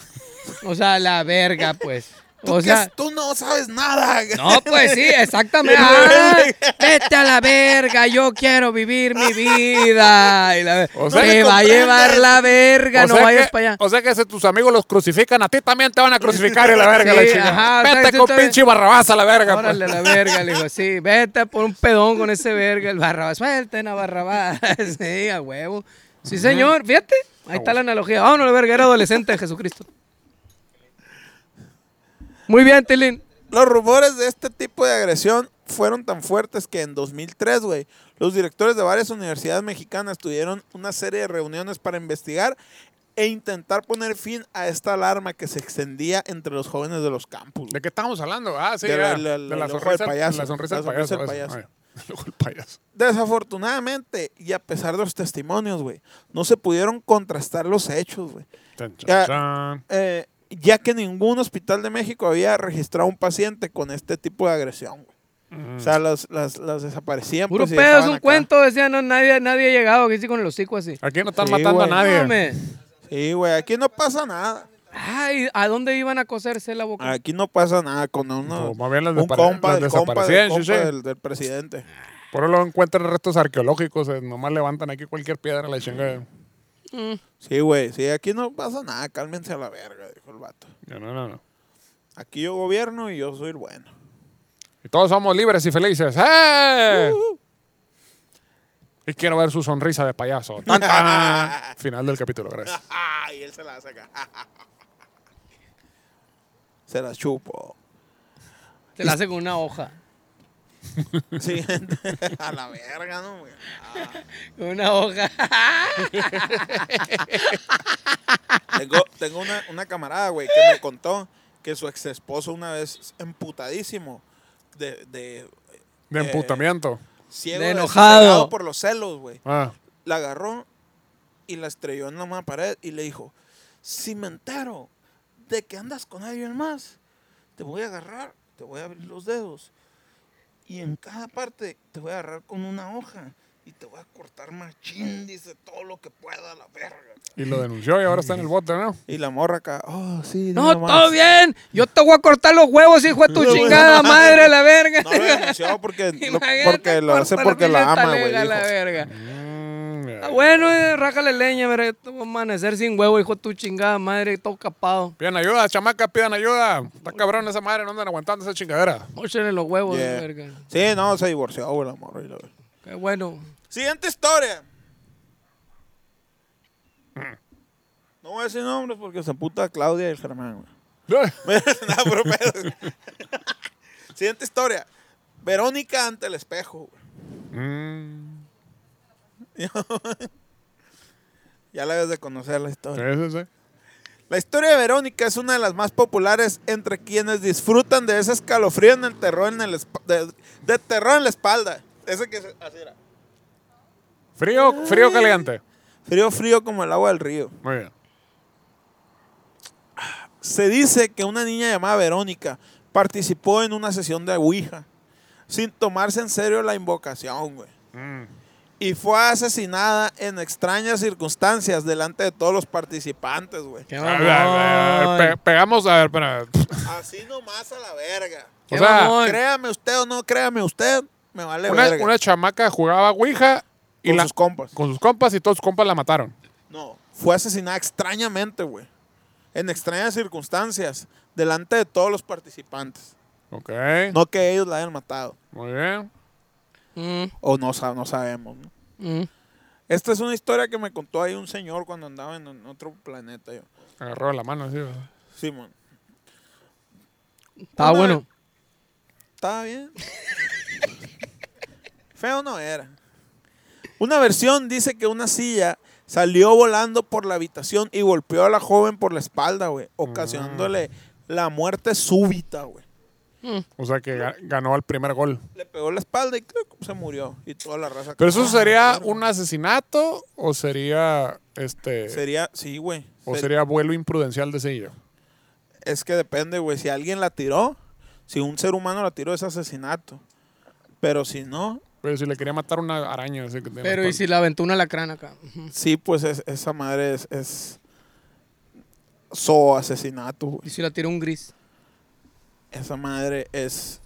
O sea, la verga, pues. ¿Tú, O qué sea, es- tú no sabes nada. No, pues sí, exactamente. Ah, vete a la verga, yo quiero vivir mi vida. Y la- O sea- te No me va a llevar comprendes. la verga, no sea vayas que, para allá. o sea que si tus amigos los crucifican, a ti también te van a crucificar y la verga Sí, la chingada. ajá, o sea, Vete que tú con también- pinche barrabás a la verga. pues. Órale, la verga, le digo, sí, vete por un pedón con ese verga, el barrabás, suelten a barrabás, sí, a huevo. Sí, señor, fíjate, ahí está la analogía. Vámonos, la verga, era adolescente de Jesucristo. Muy bien, Tilín. Los rumores de este tipo de agresión fueron tan fuertes que en 2003, güey, los directores de varias universidades mexicanas tuvieron una serie de reuniones para investigar e intentar poner fin a esta alarma que se extendía entre los jóvenes de los campus. ¿De qué estamos hablando? Ah, sí, De la- ya. la- de la- la el ojo sonrisa del payaso. La sonrisa del La sonrisa payaso. del eso. payaso. Ay, El ojo del payaso. Desafortunadamente, y a pesar de los testimonios, güey, no se pudieron contrastar los hechos, güey. Chan, chan, Ya. chan. eh, ya que ningún hospital de México había registrado un paciente con este tipo de agresión. güey. O sea, las, las, las desaparecían. Mm. Puro pues, y pedo, es dejaban un acá. cuento, decía, no, nadie, nadie ha llegado, que sí con el hocico así. Aquí no están Sí, matando güey. a nadie. No, hombre. Sí, güey, aquí no pasa nada. Ay, ¿a dónde iban a coserse la boca? Aquí no pasa nada con uno, No, más bien las un depare- compa, las del compa, desaparecían, del, sí, compa sí. del- del presidente. Por eso lo encuentran restos arqueológicos. eh, nomás levantan aquí cualquier piedra a la Mm. chingada. Sí, güey, sí, aquí no pasa nada, cálmense a la verga, dijo el vato. No, no, no. no. Aquí yo gobierno y yo soy el bueno. Y todos somos libres y felices. ¡Eh! Y quiero ver su sonrisa de payaso. ¡Tan, tan! Final del capítulo, gracias. y él se la saca. se la chupo. Te la hace con una hoja. Siguiente. a la verga, no, güey. Con una hoja. Tengo, tengo una, una camarada, güey, que me contó que su ex esposo una vez emputadísimo de, de De Eh. emputamiento. ciego, De enojado enojado. por los celos, güey. Ah, La agarró y la estrelló en la misma pared y le dijo, si me entero de que andas con alguien más, te voy a agarrar, te voy a abrir los dedos y en cada parte te voy a agarrar con una hoja y te voy a cortar machín, dice, todo lo que pueda, la verga. y lo denunció y ahora está en el bote, ¿no? Y la morra acá, oh, sí, No, dime más". todo bien. Yo te voy a cortar los huevos, hijo de tu chingada madre, la verga. No lo denunció porque, lo- Imagínate, porque lo hace corta porque la pinche ama, güey. talega, dijo. la verga. Mm, Está ya. bueno, eh, rájale leña, verga. Te voy a amanecer sin huevo, hijo de tu chingada madre, todo capado. Pidan ayuda, chamaca, pidan ayuda. Está cabrón esa madre, no andan aguantando esa chingadera. Óchenle los huevos, Yeah. verga. Sí, no, se divorció, güey, la morra. y la verga. Qué bueno. Siguiente historia. No voy a decir nombres porque se puta Claudia y el Germán, güey. Nada, puro pedo. Siguiente historia. Verónica ante el espejo, güey. Mm, Ya la debes de conocer la sí, historia. sí, sí. La historia de Verónica es una de las más populares entre quienes disfrutan de ese escalofrío en el terror en el esp- de, de terror en la espalda. Ese que se- así era. Frío, frío caliente. Frío, frío como el agua del río. Muy bien. Se dice que una niña llamada Verónica participó en una sesión de Ouija sin tomarse en serio la invocación, güey. Mm. Y fue asesinada en extrañas circunstancias delante de todos los participantes, güey. Qué A ver, a ver, mamón. pe- pegamos, a ver, espera. Así nomás a la verga. O Qué sea, mamón. Créame usted o no créame usted, me vale Una, verga. una chamaca jugaba Ouija y con la- sus compas. con sus compas y todos sus compas la mataron. No, fue asesinada extrañamente, güey. En extrañas circunstancias, delante de todos los participantes. Ok. No que ellos la hayan matado. Muy bien. Mm, O no, sa- no sabemos, ¿no? mm. Pues Esta es una historia que me contó ahí un señor cuando andaba en, en otro planeta. Yo. Agarró la mano así. ¿verdad? Simón, Está Una- bueno. ¿estaba bien? Feo no era. Una versión dice que una silla salió volando por la habitación y golpeó a la joven por la espalda, güey, ocasionándole Mm. la muerte súbita, güey. O sea que ga- ganó el primer gol. Le pegó la espalda y ¡cluc! se murió. Y toda la raza. ¿Pero eso ¡ah, sería verga! un asesinato o sería este Sería, sí, güey. o Se- sería vuelo imprudencial de silla? Es que depende, güey. Si alguien la tiró, si un ser humano la tiró, es asesinato. Pero si no, Pero si le quería matar una araña. así que tiene Pero y espalda. si la aventó una lacrana acá. Ujú. sí, pues es- esa madre es. es zooasesinato, Y güey. si la tiró un gris. Esa madre es.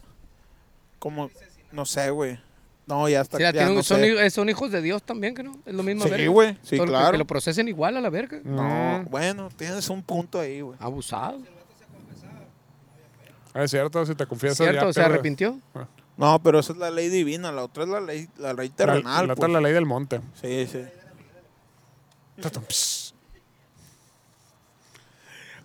Como. No sé, güey. No, ya está. Si la ya tiró un- no son, sé. hij- son hijos de Dios también, que no. Es lo mismo. Sí, güey. Sí, Que, claro. lo procesen igual a la verga. No, Mm. bueno, tienes un punto ahí, güey. Abusado. Ah, es cierto, si te confiesas. ¿Cierto? ya ¿Se pierdes. arrepintió? No, pero esa es la ley divina. La otra es la ley, la ley La- terrenal. La, otra pues. es la ley del monte. Sí, sí. Tatum, pss.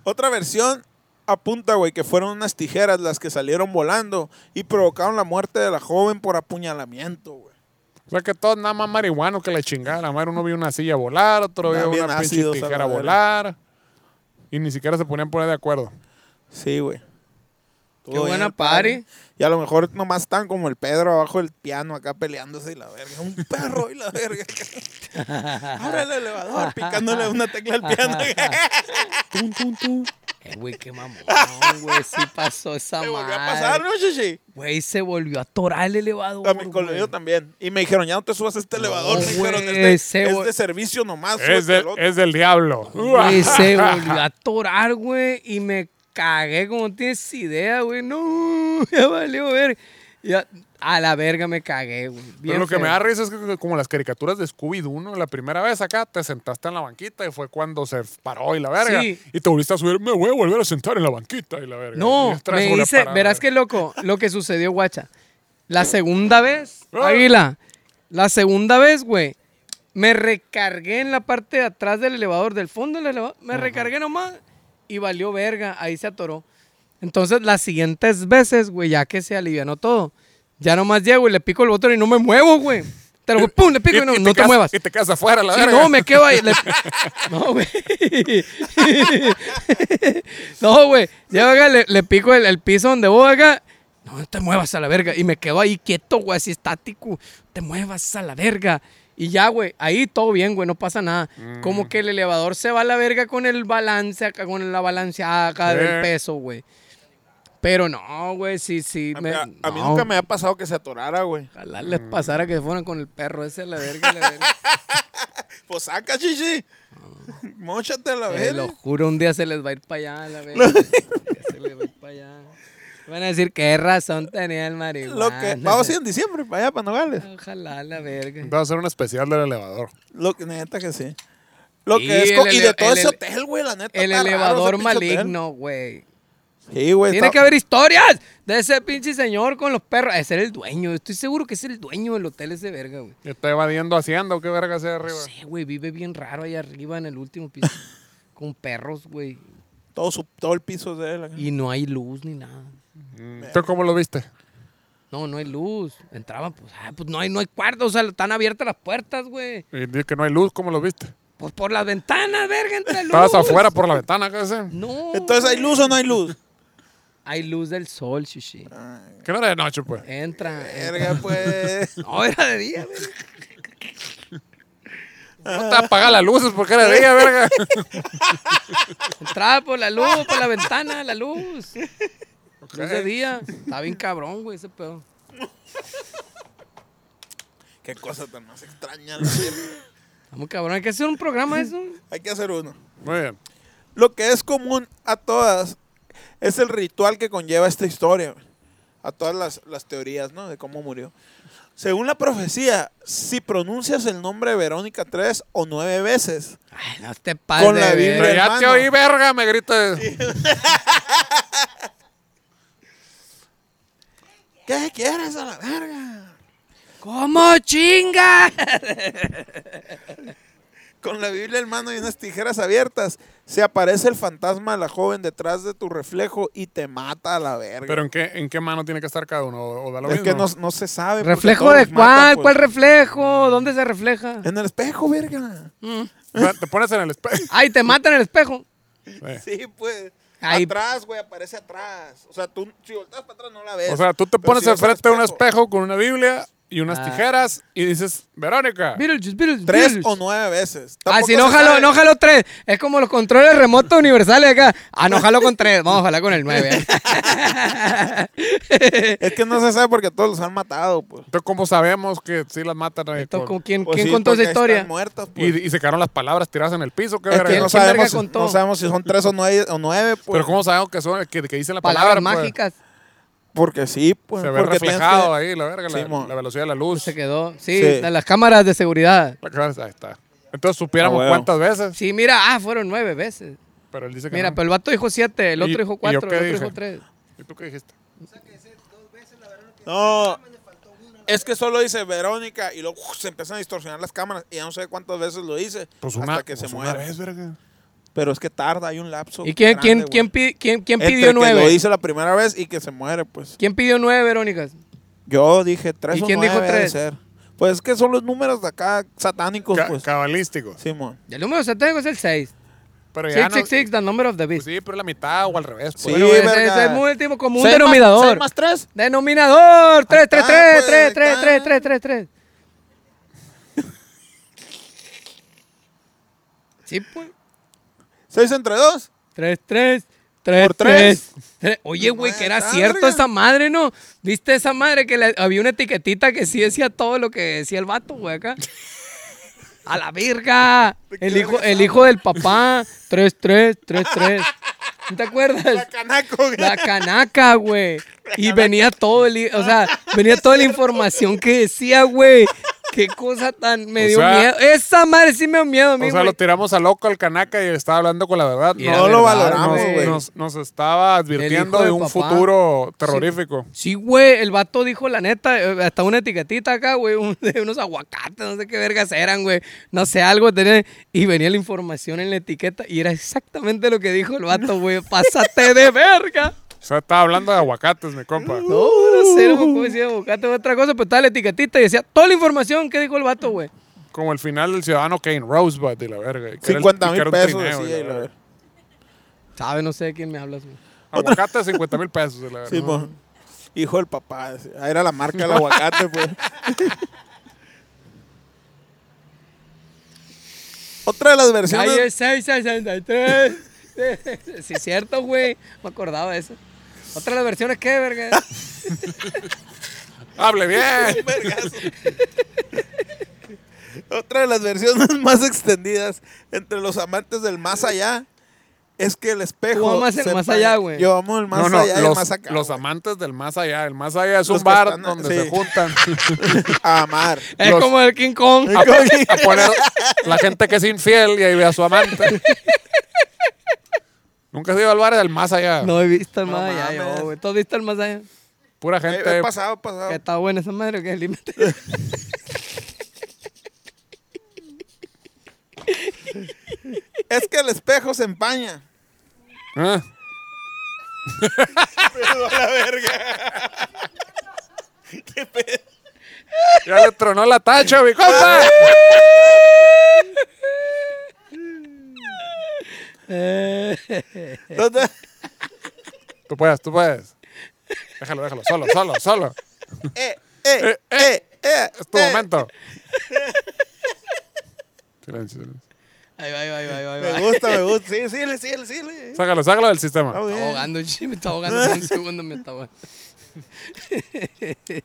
Otra versión apunta, güey, que fueron unas tijeras las que salieron volando y provocaron la muerte de la joven por apuñalamiento, güey. O sea que todos nada más marihuanos que la chingada. La madre uno vio una silla volar, otro vio También una pinche ácidos a la tijera verga. volar. Y ni siquiera se ponían a poner de acuerdo. Sí, güey. Qué Estuvo bien buena el padre. party. Y a lo mejor nomás están como el Pedro abajo del piano acá peleándose y la verga. Un perro y la verga. Abre el elevador picándole una tecla al piano. Tum, tum, tum. Eh, güey, qué mamón, güey. Sí pasó esa Me volvió madre. a pasar, ¿no, Shishi? Güey, se volvió a atorar el elevador. A mi güey. colegio también. Y me dijeron, ya no te subas a este elevador. Me dijeron, güey, es de, ese es güey- de servicio nomás. Es, súbete del, al otro. es del diablo. Güey, se volvió a atorar, güey. Y me cagué como no tienes idea, güey. No, ya valió ver. Ya, a la verga me cagué, güey. Pero Bien lo que me feo. da risa es que como las caricaturas de Scooby-Doo, ¿no? La primera vez acá te sentaste en la banquita y fue cuando se paró y la verga. Sí. Y te volviste a subir, me voy a volver a sentar en la banquita y la verga. Y No, otra vez me volvió a hice, parar, verás la que loco, lo que sucedió, guacha. La segunda vez, Ah. Águila, la segunda vez, güey, me recargué en la parte de atrás del elevador, del fondo del elevador, me recargué nomás y valió verga, ahí se atoró. Entonces, las siguientes veces, güey, ya que se alivianó todo, ya nomás llego y le pico el botón y no me muevo, güey. Te lo pum, le pico y, no, no te, quedas- muevas. Y te quedas afuera, la Sí, verga. no, me quedo ahí. Le- No, güey. no, güey. Llego acá, le, le pico el, el piso donde voy acá. No, no te muevas a la verga. Y me quedo ahí quieto, güey, así estático. Te muevas a la verga. Y ya, güey, ahí todo bien, güey, no pasa nada. Mm. Como que el elevador se va a la verga con el balance acá, con la balanceada acá Sí. del peso, güey. Pero no, güey, sí, sí. A, me- a- a mí no. nunca me ha pasado que se atorara, güey. Ojalá les pasara que fueran con el perro ese a la verga, a la verga. Pues saca, chichi. Móchate a la Te verga. lo juro, un día se les va a ir para allá, la verga. Un día se les va a ir para allá. Van a decir qué razón tenía el marihuana. Lo que, vamos a ir en diciembre para allá, para Nogales. Ojalá, la verga. Va a hacer un especial del elevador. Lo que, neta que sí. Lo Y que es. el co- Y de ele- todo el ese ele- hotel, güey, la neta. El está raro elevador ese pinche hotel. maligno, güey. Sí, güey. Tiene está- que haber historias de ese pinche señor con los perros. Ese era el dueño. Estoy seguro que es el dueño del hotel ese verga, güey. Y está evadiendo Hacienda o qué verga sea arriba. Sí, güey, vive bien raro ahí arriba en el último piso. con perros, güey. Todo, su- todo el piso de él. acá. Y no hay luz ni nada. Mm, ¿Tú cómo lo viste? No, no hay luz. Entraban, pues, ah, pues no hay, no hay cuarto. O sea, están abiertas las puertas, güey. Y dice que no hay luz, ¿cómo lo viste? Pues por las ventanas, verga, entra luz. Estabas afuera por la ventana, ¿qué sé? No. Entonces, ¿hay luz o no hay luz? Hay luz del sol, shishi. Ah, Que no era de noche, pues. Eh. Entra. entra. Verga, pues. No, era de día, verga. No te apagas las luces porque era de ella, verga. Entraba por la luz, por la ventana, la luz. Luz de Ok. día. Está bien cabrón, güey, ese pedo. Qué cosa tan más extraña. la verga. Está muy cabrón. Hay que hacer un programa de eso. Hay que hacer uno. Muy bien. Lo que es común a todas es el ritual que conlleva esta historia, güey. a todas las, las teorías, ¿no? De cómo murió. Según la profecía, si pronuncias el nombre de Verónica tres o nueve veces, Ay, no te pases. Con la de Biblia. Pero ver. ya te hermano. oí, verga, me grita. ¿qué quieres a la verga? ¿Cómo chinga? Con la Biblia en mano y unas tijeras abiertas, se aparece el fantasma de la joven detrás de tu reflejo y te mata a la verga. Pero en qué, en qué mano tiene que estar cada uno, o, o da lo es mismo. que no, no se sabe. porque ¿Reflejo todos de los matan, cuál? pues. Mm. ¿Cuál reflejo? ¿Dónde se refleja? En el espejo, verga. O sea, Te pones en el espejo. Ay, te mata en el espejo. Sí. Sí, pues. Ahí- Atrás, güey, aparece atrás. O sea, tú, si volteas para atrás, no la ves. O sea, tú te Pero pones si ves al enfrente de un espejo con una Biblia y unas Ah. tijeras y dices, Verónica. Beetlejuice, Beetlejuice, Tres Beetlejuice. o nueve veces. Ah, Tampoco si no se jalo, sabe. no jalo tres. Es como los controles remotos universales acá. Ah, no jalo con tres. Vamos a jalar con el nueve. ¿eh? Es que no se sabe porque todos los han matado, pues. Entonces, ¿cómo sabemos que sí las matan? eh, Esto, con- ¿con ¿Quién, Pues quién sí, contó esa porque historia? Están muertas, pues. y, y se quedaron las palabras tiradas en el piso. ¿qué Es que verga? no ¿quién verga sabemos, si- contó? no sabemos si son tres o nueve, o nueve pues. Pero ¿cómo sabemos que, son, que, que dicen la palabra? Palabras pues? mágicas. Porque sí, pues. Se ve porque tienes reflejado que- ahí, la verga, la- Sí, mo. la, velocidad de la luz. Se quedó. Sí, Sí. la- las cámaras de seguridad. La cabeza, ahí está. Entonces supiéramos Ah, bueno. cuántas veces. Sí, mira, ah, fueron nueve veces. Pero él dice que Mira, no. pero el vato dijo siete, el ¿Y- otro dijo y yo cuatro, el qué otro dije? dijo tres. ¿Y tú qué dijiste? No. Es que solo dice Verónica y luego uf, se empiezan a distorsionar las cámaras y ya no sé cuántas veces lo dice Pues hasta una, que se pues una muere. vez, verga. Pero es que tarda, hay un lapso. ¿Y quién, grande, quién, güey. quién, pi- quién- quién Entre pidió Este, Que lo nueve? dice la primera vez y que se muere, pues. ¿Quién pidió nueve, Verónicas? Yo dije tres ¿Y o quién dijo nueve ha de tres? ser. Pues es que son los números de acá satánicos, Ca- pues. Cabalístico. Simón. El número satánico es el seis. Pero ya no. 666, the number of the pues beast. sí, pero la mitad o al revés. Pues. Sí, Bueno, ese- verga. ese es muy tipo como un ¿Seis más- denominador. seis más tres? Denominador. Ahí 3, está, 3, pues, 3, ahí 3, 3, está. 3, 3, 3, 3. Sí, pues. ¿Seis entre dos? 3, 3, 3, Por tres. 3. Oye, güey, Madre, que era está, cierto verga. esa madre, ¿no? ¿Viste esa madre que le- había una etiquetita que sí decía todo lo que decía el vato, güey, acá? ¡A la virga! El hijo, el hijo del papá. 3, 3, 3, 3. ¿No te acuerdas? Canaco, La canaca, güey. Y venía todo el, o sea, venía toda la información que decía, güey. Qué cosa tan me O dio sea- miedo. Esa madre sí me dio miedo, O amigo. sea, lo tiramos a loco al canaca y él estaba hablando con la verdad. Y No, era no lo verdad, valoramos, nos, güey. nos- nos estaba advirtiendo de, de un papá. futuro terrorífico. Sí, güey, el vato dijo la neta, eh, hasta una etiquetita acá, güey, un- de unos aguacates, no sé qué vergas eran, güey, no sé, algo tenía, y venía la información en la etiqueta y era exactamente lo que dijo el vato, güey, pásate de verga. O sea, estaba hablando de aguacates, mi compa. No, no sé, güey, cómo decía aguacate o otra cosa, pero estaba la etiquetita y decía toda la información que dijo el vato, güey. Como el final del ciudadano Kane Rosebud y la verga. y que era el- 50 y que mil era un pesos, trineo, y decía, la y la verga. verga. Sabe, no sé de quién me hablas, güey. Aguacate, 50 mil pesos. y la verga. Simón. Hijo del papá. decía. Ah, Era la marca del aguacate, pues. Otra de las versiones. Calle 663. Sí, es cierto, güey. Me acordaba de eso. Otra de las versiones, ¿qué, verga? Hable bien. Otra de las versiones más extendidas entre los amantes del más allá es que el espejo. Eh. Tú amas el se más pa- allá, güey. Yo amo el más no, no, allá y el los, más acá. los güey. amantes del más allá. El más allá es Los un que bar están- donde sí. se juntan A amar. Eh, Es Los- como el King Kong. a poner la gente que es infiel y ahí ve a su amante. Nunca se iba al bar del más allá. Ah. No he visto el No más allá, yo, mames. güey. ¿Tú has visto el más allá? Pura Eh, gente. eh, pasado, pasado. Que está buena esa madre, o ¿qué? Límite. Es que el espejo se empaña. Ah, Ya le tronó la tacha, mi compa. eh, ¿Dónde? Tú puedes, tú puedes. Déjalo, déjalo. Solo, solo, solo. Eh, eh, eh, eh, Es tu eh. momento. Sí, Silencio, silencio. Ahí va, ahí va, ahí va, ahí va, ahí va. Me gusta, me gusta. Sí, sí, sí, sí, sí. Sácalo, sácalo del sistema. Está Me está bien. ahogando, sí, me está ahogando. por Un segundo me está ahogando.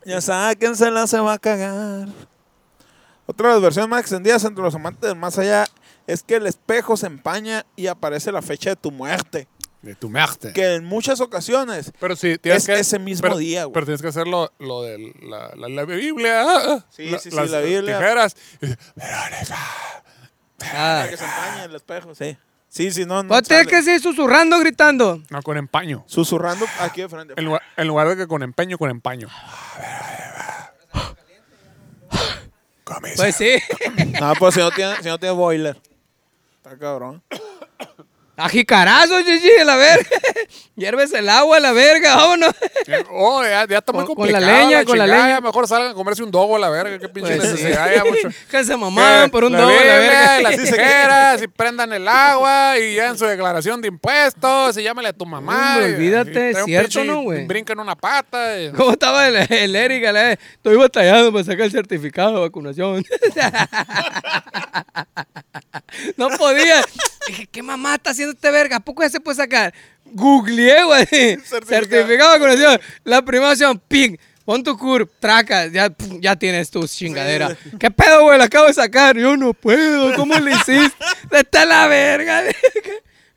Ya sáquensela, se va a cagar. Otra de las versiones más extendidas entre los amantes del más allá es que el espejo se empaña y aparece la fecha de tu muerte. De tu muerte. Que en muchas ocasiones Pero sí, tienes es que. ese mismo pero- día, güey. Pero tienes que hacer lo, lo de la, la, la Biblia. ah, Sí, sí, sí, las la Biblia. Tijeras. Ah. que se empaña el espejo, sí. Sí, sí, no, no. Vos sale. tenés Pues, que seguir susurrando, gritando. No, con empaño. Susurrando aquí de frente. En lugar, en lugar de que con empeño, con empaño. Comisario. Pues sí. No, pues si no tiene, si no tiene boiler. Está cabrón. A jicarazos, chichi, a la verga. Hierves el agua, a la verga, vámonos. Oh, ya, ya está muy Con- con la complicado. leña, con la chingada, leña. ya Mejor salgan a comerse un dogo a la verga. Qué pinche Pues sí. necesidad. ya, mucho. Que se mamaban por un La doble, a la Biblia, verga. y Las tijeras y prendan el agua y ya en su declaración de impuestos y llámale a tu mamá. Hombre, y- olvídate, y trae un es cierto, pinche y ¿no, güey? Brinca en una pata. y- ¿Cómo estaba el, el Eric? a la- Estoy batallando para sacar el certificado de vacunación. no podía. Dije, ¿qué mamá está haciendo este verga? ¿A poco ya se puede sacar? Googleé, güey. Certificado. de vacunación. La primera opción, ping. Pon tu cur, traca, ya, pum, ya tienes tu chingadera. ¿Qué pedo, güey? La acabo de sacar. Yo no puedo. ¿Cómo le hiciste? Está la verga.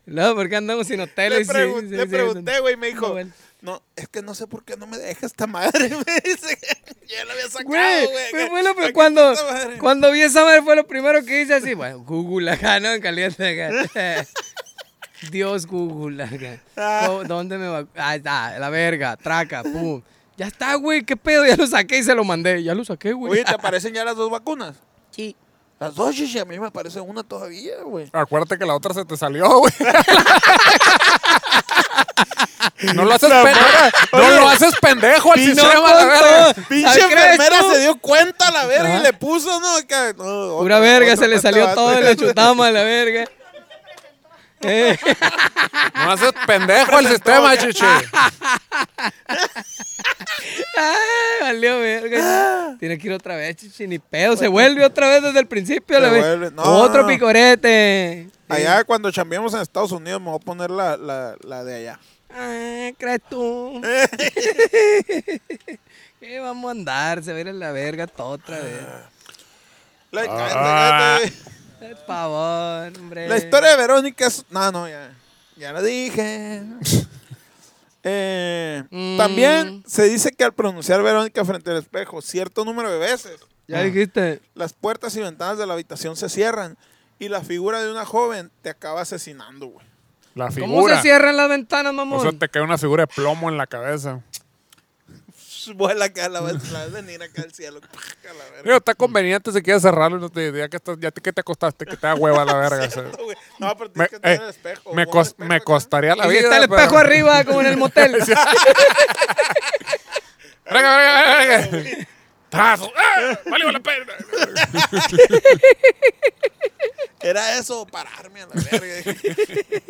No, porque andamos sin Le, hoteles. Sí, pregun- sí, le sí, pregunté, güey, me dijo. Bueno. No, es que no sé por qué no me deja esta madre. Me dice que ya la había sacado, Güey, güey. fue- que- fue lo aquí que está cuando, esta madre. cuando vi esa madre fue lo primero que hice así, bueno, Google acá, ¿no? En caliente acá. Dios Google acá. Ah. ¿Cómo- ¿Dónde me va? Ahí está, la verga, traca, pum. Ya está, güey, qué pedo, ya lo saqué y se lo mandé. Ya lo saqué, güey. Oye, ¿te aparecen ya las dos vacunas? Sí. Las dos, chichi, a mí me aparece una todavía, güey. Acuérdate que la otra se te salió, güey. no lo haces La pendejo. No lo haces pendejo al Y no sistema, la verga. contó. ¿Ah, Pinche crees enfermera tú? se dio cuenta a la verga y Ajá. le puso, ¿no? Que- no, Pura otro- verga, otro se le para salió este todo vato. y le chutamos a la verga. Eh, No haces pendejo al sistema, chichi. ay, valió verga. Tiene que ir otra vez, chichi, ni pedo. Se vuelve otra vez desde el principio. Se la verga. vuelve, no, Otro no. picorete. Allá cuando chambeamos en Estados Unidos me voy a poner la, la, la de allá. Ah, crees tú. ¿Qué vamos a andar? Se va a ir a la verga todo otra vez. Ah. La, cállate, Ah. cállate, güey. Por favor, hombre. La historia de Verónica es. No, no, ya. Ya lo dije. Eh, Mm. También se dice que al pronunciar Verónica frente al espejo cierto número de veces, Ya dijiste. las puertas y ventanas de la habitación se cierran y la figura de una joven te acaba asesinando, güey. La ¿Cómo figura. se cierran las ventanas, mamón? O sea, te cae una figura de plomo en la cabeza. Vuela acá, la vas la vas a venir acá al cielo. a la verga. Digo, está conveniente si quieres cerrarlo. No te, ya que, estás, ya te- que te acostaste, que te da hueva la verga. o sea. Güey, No, pero Me, tienes que tener eh, el espejo. me pon el cos- espejo me acá. costaría la y si vida. pues. está el pero- espejo arriba, como en el motel. Verga, verga, verga. Trazo. ¡Ah! Valió la pena. Era eso, pararme a la verga.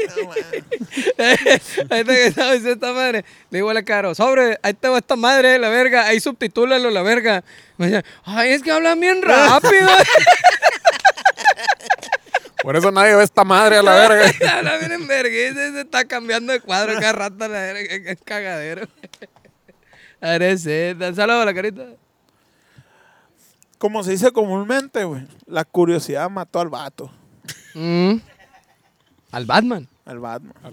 No, man. ahí está que estaba diciendo esta madre. Le digo a la caro, sobre, ahí te va esta madre, la verga. Ahí subtitúlalo, la verga. Me decía, ay, es que hablan bien rápido. Por eso nadie ve esta madre a la verga. Habla bien en vergüenza, se está cambiando de cuadro cada rato, la verga, que es cagadero. Eres Dan saludo a la carita. Como se dice comúnmente, güey, la curiosidad mató al vato, Mm. Al Batman. al Batman. Qué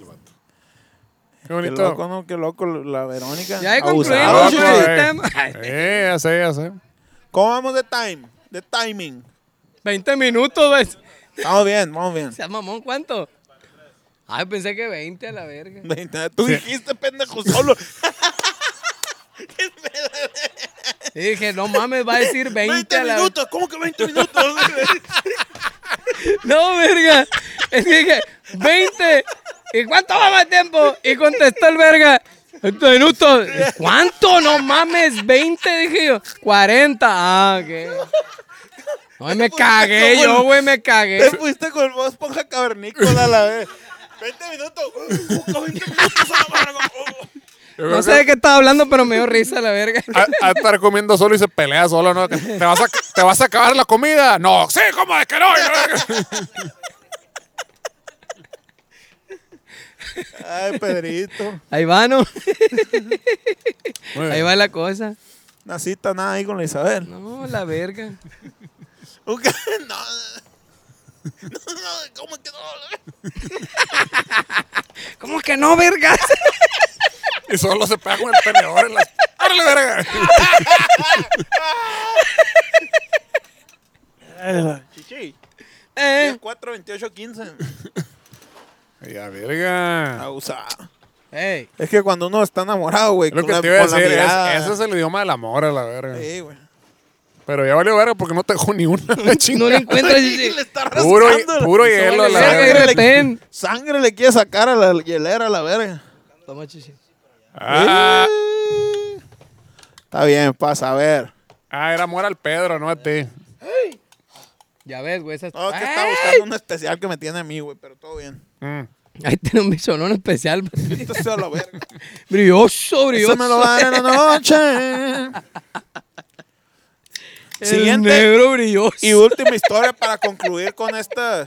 Qué bonito. loco, ¿no? Qué loco la Verónica. Ya ahí Abusado, güey. concluimos con el chichi. tema. Eh, ya sé, ya sé. ¿Cómo vamos de time? De timing. 20 minutos, ¿ves? Estamos bien, vamos bien. Sea mamón, ¿cuánto? Ay, pensé que 20 a la verga. Veinte- Tú dijiste, pendejo, solo. Y dije, no mames, va a decir 20, 20 a la minutos, ¿cómo que 20 minutos? No, verga. Es que dije, 20. ¿Y cuánto va más tiempo? Y contestó el verga. 20 minutos. ¿Cuánto? No mames, 20, dije yo. 40. Ah, ok. No, me cagué yo, güey, me Te cagué. fuiste con el voz ponja cavernícola a la vez. 20 minutos. Uh, uh, 20 minutos a la verga. Uh. creo No que- sé de qué estaba hablando, pero me dio risa la verga. Ah. a, a Ah, estar comiendo solo y se pelea solo, ¿no? Que ¿Te vas, a, ¿Te vas a acabar la comida? No, sí, ¿cómo es que no? Ay, Pedrito. Ahí va, ¿no? Muy Ahí bien. va la cosa. Una cita nada ahí con la Isabel. No, la verga. Un ca- No. No, no, ¿cómo es que no? ¿Cómo que no, verga? Y solo se pega con el tenedor en las... ¡Árale, verga! Chichi. Eh. 4, 28, 15. Y la verga. Abusada. Ey. Es que cuando uno está enamorado, güey, Lo con que la, te iba a con la decir es, mirada. ese es el idioma del amor, a la verga. Sí, güey. Pero ya valió verga porque no te dejó ni una la No le chingada. encuentras. sí, sí. está Puro hi- rascando. puro Se hielo, vale la verga. verga. Sangre le- Repén. Sangre le quiere sacar a la hielera, a la verga. Toma, chichi. Ah, Está bien, pasa a ver. ah, era amor al Pedro, no a ti. Ya ves, güey. Esas... No, es Oh, que ¡Ay! estaba buscando un especial que me tiene a mí, güey, pero todo bien. Mm. Ahí tiene un sonón especial. Entonces a la verga. brilloso, Eso brilloso. me lo dan en la noche. El Siguiente. negro brilloso. Y última historia para concluir con esta,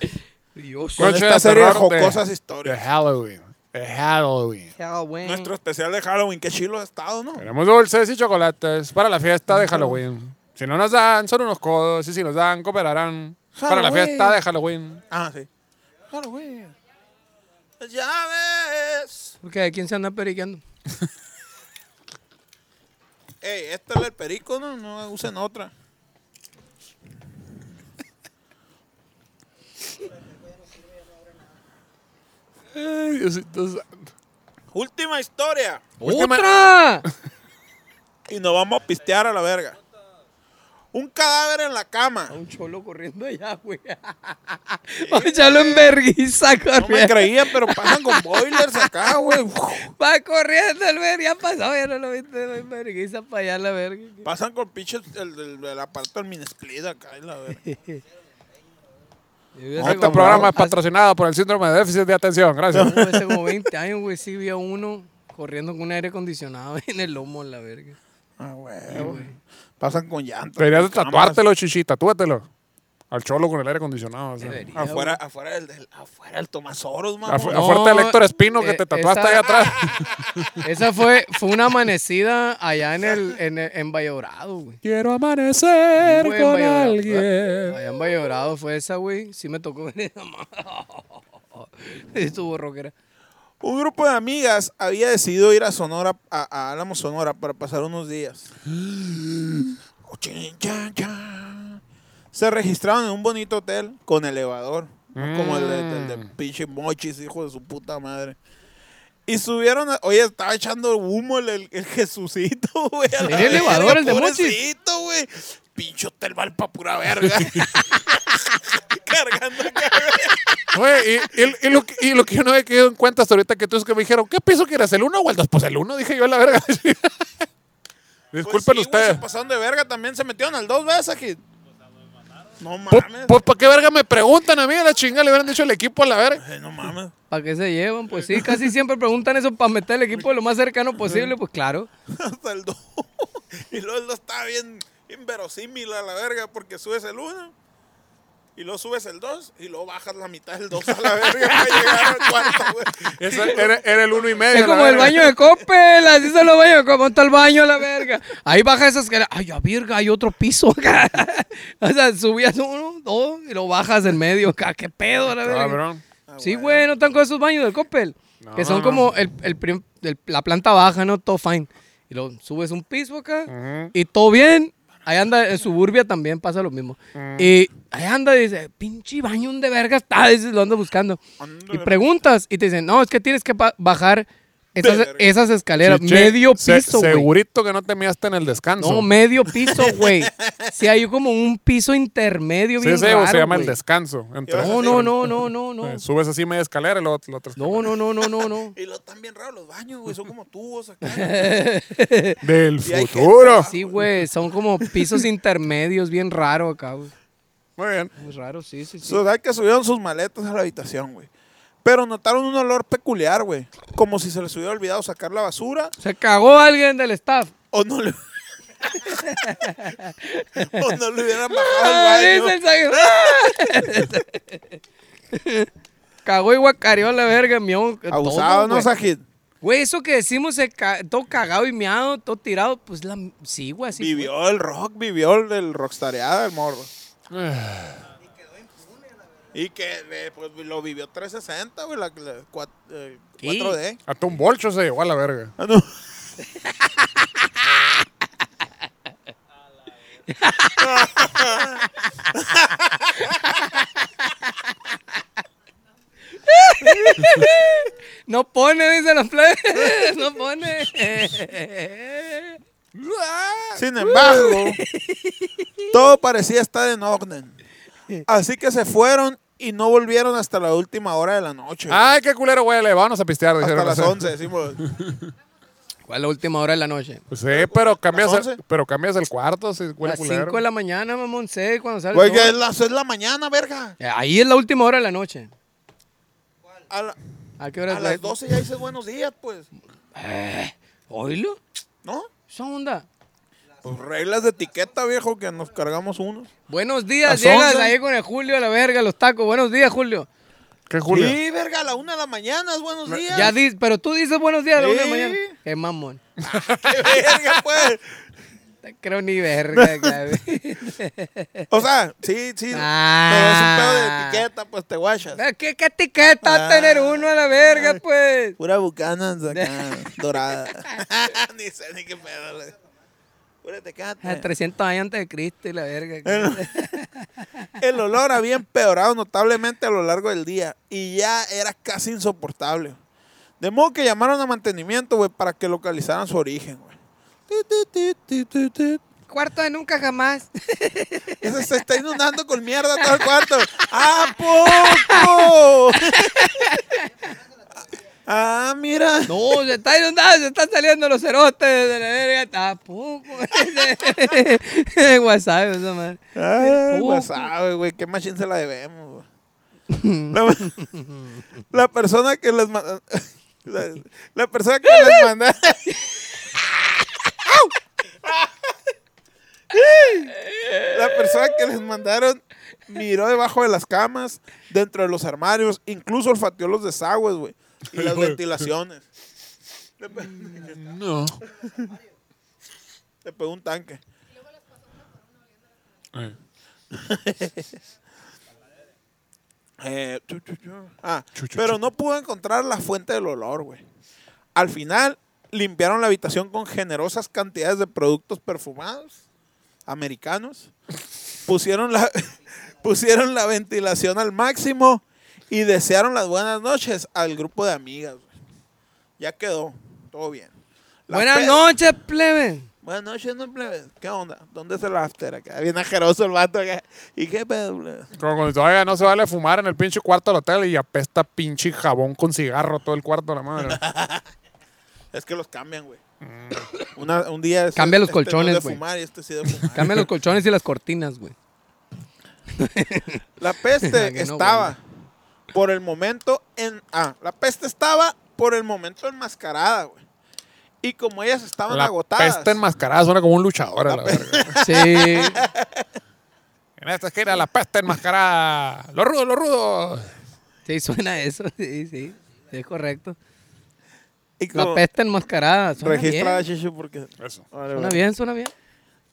Brilloso. con Noche esta de serie de terror de- jocosas De historias. Halloween. De Halloween. Halloween. Nuestro especial de Halloween, qué chilo ha estado, ¿no? Tenemos dulces y chocolates para la fiesta de Halloween. Si no nos dan, son unos codos. Y si nos dan, cooperarán. Para la Halloween. fiesta de Halloween. Ah, sí. Halloween. Ya ves. Porque de quién se anda periqueando. Ey, esta es el perico, ¿no? No usen otra. Ay, Diosito santo. Última historia. Última- ¡Otra! Y nos vamos a pistear a la verga. Un cadáver en la cama. Un cholo corriendo allá, güey. Un cholo en verguiza No me corriendo. creían, pero pasan con boilers acá, güey. Va corriendo el verga. Ya pasó, ya no lo viste. En verguiza para allá, la verga. Pasan con pinches el, el, el aparato del minisplit acá, y la verga. Ah, Este programa es patrocinado por el síndrome de déficit de atención. Gracias. Como hace como 20 años, güey, sí vi a uno corriendo con un aire acondicionado en el lomo, la verga. Ah, güey. Pasan con llantas. Deberías de con camas. tatuártelo, chichi. Tatúatelo. Al cholo con el aire acondicionado. o sea. Debería, güey. Afuera, afuera del, del- afuera del Tomasoros, mamá. Afu- Afuera del Héctor Espino que eh, te tatuaste esa- ahí atrás. Esa fue, fue una amanecida allá en el, en, el- en Vallebrado, güey. Quiero amanecer Güey, con Valladolid. alguien. Allá en Vallebrado fue esa, güey. Sí me tocó ver esa mamá. Estuvo rockera. Un grupo de amigas había decidido ir a Sonora, a, a Álamo, Sonora, para pasar unos días. Oh, chin, chan, chan. Se registraron en un bonito hotel con elevador, no como el de, el de Mm. pinche Mochis, hijo de su puta madre. Y subieron, a- oye, estaba echando humo el, el- el Jesucito, güey. a la ¿Tenía elevador verga, el de Mochis? pobrecito, güey. Pinche hotel mal pa' pura verga. Cargando acá. Güey, y, y- y lo, que- y lo que yo no he quedado en cuenta hasta ahorita que tú es que me dijeron, ¿qué piso quieres? ¿El 1 o el 2? Pues el 1, dije yo a la verga. Pues Disculpen sí, güey, ustedes. Se pasaron de verga también, se metieron al dos veces aquí. No Pues, mames. pues, ¿para qué verga me preguntan a mí? A la chinga le hubieran dicho el equipo a la verga. Ay, no mames. ¿Para qué se llevan? Pues sí, casi siempre preguntan eso para meter el equipo lo más cercano posible. Pues claro. Hasta el dos. Y luego el dos está bien inverosímil a la verga porque subes el uno. Y luego subes el dos y luego bajas la mitad del dos a la verga para llegar al cuarto, güey. Ese era, era el 1 y medio. Es la como el verga. baño de Coppel, así son los baños de Coppel. ¿Dónde está el baño, la verga? Ahí baja esas escalera. Ay, a verga, hay otro piso acá. o sea, subías uno, dos, y lo bajas en medio acá. ¿Qué pedo, Ah, la verga? Cabrón. Sí, güey, no están con esos baños del Coppel. No, que son no. como el, el prim- el- la planta baja, ¿no? Todo fine. Y lo subes un piso acá Ujú. y todo bien. Ahí anda, en suburbia también pasa lo mismo. Y ahí anda, dice, pinche baño, ¿dónde verga está? Dices, lo ando buscando. ¿Dónde Y verga preguntas y te dicen, no, es que tienes que pa- bajar esas, verga. esas escaleras. Chiche, medio se- piso, güey. Segurito que no te miaste en el descanso. No, medio piso, güey. Si hay como un piso intermedio Sí, bien ese raro, se llama el güey. descanso. Entre- No, no, no, no, no, no. Eh, Subes así media escalera y luego la otra escalera. No, no, no, no, no, no. Y luego están bien raros los baños, güey. Son como tubos acá. Del Y hay gente futuro. Sí, güey, son como pisos intermedios, bien raro acá, güey. Muy bien. Muy raro, sí, sí, sí. Total que subieron sus maletas a la habitación, güey. Pero notaron un olor peculiar, güey. Como si se les hubiera olvidado sacar la basura Se cagó alguien del staff. o no le... o no le hubieran Ah, bajado al dice baño. el Sague- Cagó y guacareó la verga, miau. todo, Abusado, ¿no, güey. Sajid? Güey, eso que decimos, se ca- todo cagado y miado, todo tirado, pues la... Sí, güey, así fue. Vivió el rock, vivió el del rockstareada, el morro. Ah. Y que eh, pues, lo vivió 360, güey, la, la cua- eh, Sí. 4D. Hasta un bolcho se llevó a la verga. Ah, no. No pone, dicen los plebes, no pone. Sin embargo, todo parecía estar en orden. Así que se fueron y no volvieron hasta la última hora de la noche. Ah, güey. Ay, qué culero huele. Vámonos a pistear. pues, hasta dijeron. las 11, decimos. ¿Cuál la última hora de la noche? Pues Sí, pero cambias, ¿Las el, 11? pero cambias el cuarto. Si A huele las 5 culero. de la mañana, mamón, sé cuando sale el Güey, que es sol. la, es la mañana, verga. Eh, Ahí es la última hora de la noche. A, la- ¿A qué hora a es la- las 12 ya dices buenos días, pues. Eh, ¿Oílo? ¿No? ¿Esa onda? Pues reglas de etiqueta, viejo, que nos cargamos unos. Buenos Las días, llegas once. ahí con el Julio a la verga, los tacos. Buenos días, Julio. ¿Qué Julio? Sí, verga, a la una de la mañana es buenos días. Ya di- pero tú dices buenos días a la una de Sí. la mañana. Qué mamón. Qué verga, pues. Te creo ni verga, cabrón. O sea, sí, sí. Ah. Pero es un pedo de etiqueta, pues te guachas. ¿Qué, qué etiqueta Ah. va a tener uno a la verga, pues? Pura bucana acá, dorada. ni sé ni qué pedo. le- Pura tecate. A 300 Eh, años antes de Cristo y la Eh, verga. El olor había empeorado notablemente a lo largo del día y ya era casi insoportable. De modo que llamaron a mantenimiento, güey, para que localizaran su origen, güey. Tit, tit, tit, tit, tit. Cuarto de nunca jamás. Ese se está inundando con mierda todo el cuarto. ¡A poco! ah, mira. No, se está inundando, se están saliendo los cerotes de la verga. Tampoco. WhatsApp, esa madre. Ay, Poco. WhatsApp, güey, qué machín se la debemos, güey. La, la persona que les manda. La, la persona que les manda. La persona que les mandaron miró debajo de las camas, dentro de los armarios, incluso olfateó los desagües, güey, y las ventilaciones. Le pe- No. le pegó un tanque. Eh. Eh, chu, chu, chu. Ah, Chu, chu, pero chu. no pudo encontrar la fuente del olor, güey. Al final, limpiaron la habitación con generosas cantidades de productos perfumados americanos. Pusieron la, pusieron la ventilación al máximo y desearon las buenas noches al grupo de amigas. güey. Ya quedó, todo bien. La Buenas pe- noches, plebe. Buenas noches, no plebes. ¿Qué onda? ¿Dónde es el after acá? Bien ajeroso el vato acá. ¿Y qué pedo, plebes? Como cuando todavía no se vale fumar en el pinche cuarto del hotel y apesta pinche jabón con cigarro todo el cuarto, la madre. Es que los cambian, güey. Una- un día es. Mm. Cambia los este no es colchones, de güey. fumar y este sí de fumar. Cambia los colchones y las cortinas, güey. La peste Que no, estaba por el momento en. Ah, la peste estaba por el momento enmascarada, güey. Y como ellas estaban La agotadas. peste enmascarada suena como un luchador, a la verga. Sí. En esta esquina, la peste enmascarada. Lo rudo, lo rudo. Sí, suena eso. Sí, sí. Es correcto. y La como, pesta enmascarada. Suena Registrada, bien. Chichu, porque. Eso. Vale, Suena vale. bien, suena bien.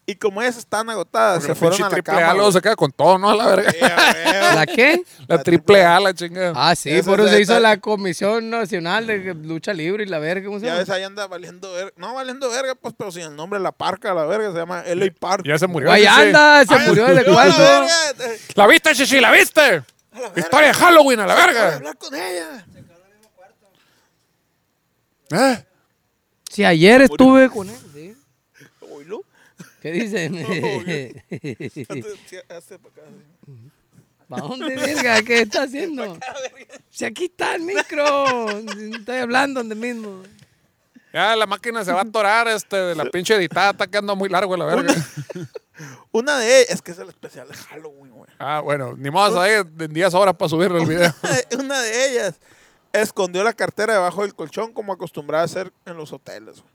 Y como ellas estaban agotadas, Porque se la fueron pinche a la triple cama. A luego güey. se queda con todo, ¿no? A la verga. Sí, a ver. ¿La qué? La triple A, la chingada. Ah, sí, Esa por es la- eso se hizo la Comisión Nacional de Lucha Libre y la verga. ¿Cómo se Ya llama? ves, ahí anda valiendo verga. No valiendo verga, pues, pero sin el nombre, la parca, la verga, se llama L.A. Park. Ya se murió. Güey, sí, sí. anda, se murió desde cuándo. La verga, eh, ¿La viste, Chichi? ¿La viste? Historia de Halloween, a la para verga. hablar con ella. ¿Eh? Si ayer estuve con él. ¿sí? Oílo. ¿Qué dicen? Hazte- hazte pa' acá, sí. ¿Para dónde, verga? ¿Qué está haciendo? Si aquí está el micro. Estoy hablando donde mismo. Ya la máquina se va a atorar, este, la pinche editada está quedando muy largo, a la verga. Una de ellas, es que es el especial de Halloween, güey. Ah, bueno, ni modo, ahí 10 horas para subirle el video. Una de ellas escondió la cartera debajo del colchón como acostumbraba a hacer en los hoteles. güey.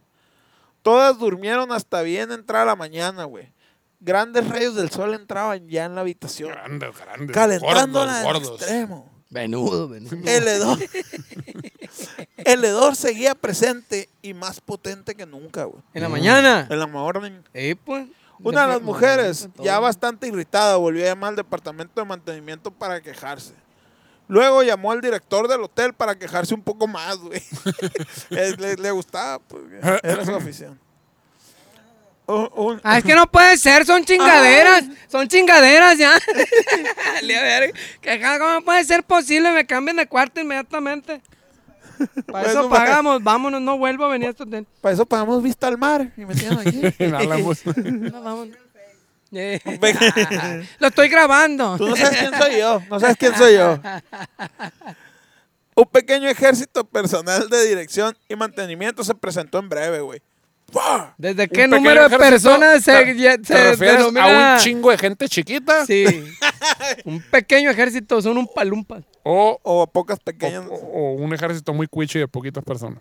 Todas durmieron hasta bien entrada la mañana, güey. Grandes rayos del sol entraban ya en la habitación, Grandes, grandes. calentándola al gordos, gordos. extremo. Venudo, venudo. El hedor, el hedor seguía presente y más potente que nunca, güey. En la mañana. En la morning. Eh, pues. Una de las Después- mujeres, Todo. ya bastante irritada, volvió a llamar al departamento de mantenimiento para quejarse. Luego llamó al director del hotel para quejarse un poco más, güey. Es- le, le gustaba, pues, güey. era su afición. Un- un- Ah, es que no puede ser, son chingaderas. Son chingaderas ya. Le verga. Que ja- ¿Cómo puede ser posible? Me cambien de cuarto inmediatamente. Para Pues, eso no mames. pagamos, vámonos, no vuelvo a venir a este hotel. Para eso pagamos vista al mar y metieron aquí. Inhalamos. No, vámonos. Eh, Lo estoy grabando. Tú no sabes quién soy yo, no sabes quién soy yo. Un pequeño ejército personal de dirección y mantenimiento se presentó en breve, güey. ¡Fua! ¿Desde Un qué pequeño número de ejército, personas se, ¿te- ya- te se refieres denomina? a un chingo de gente chiquita? Sí. Un pequeño ejército, son un palumpa. O, O pocas o, pequeñas. o un ejército muy cuichi de poquitas personas.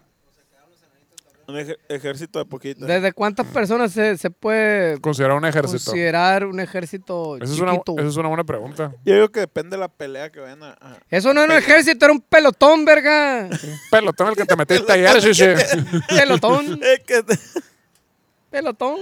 Un ej- ejército de poquitas. ¿Desde cuántas personas se, se puede Considerar un ejército. Esa considerar un ejército es, una, chiquito? esa es una buena pregunta. Yo digo que depende de la pelea que vayan a. a- Eso no era un ejército, era un pelotón, verga. Pelotón el que te metiste ayer, chiche. Pelotón, Es que te- pelotón.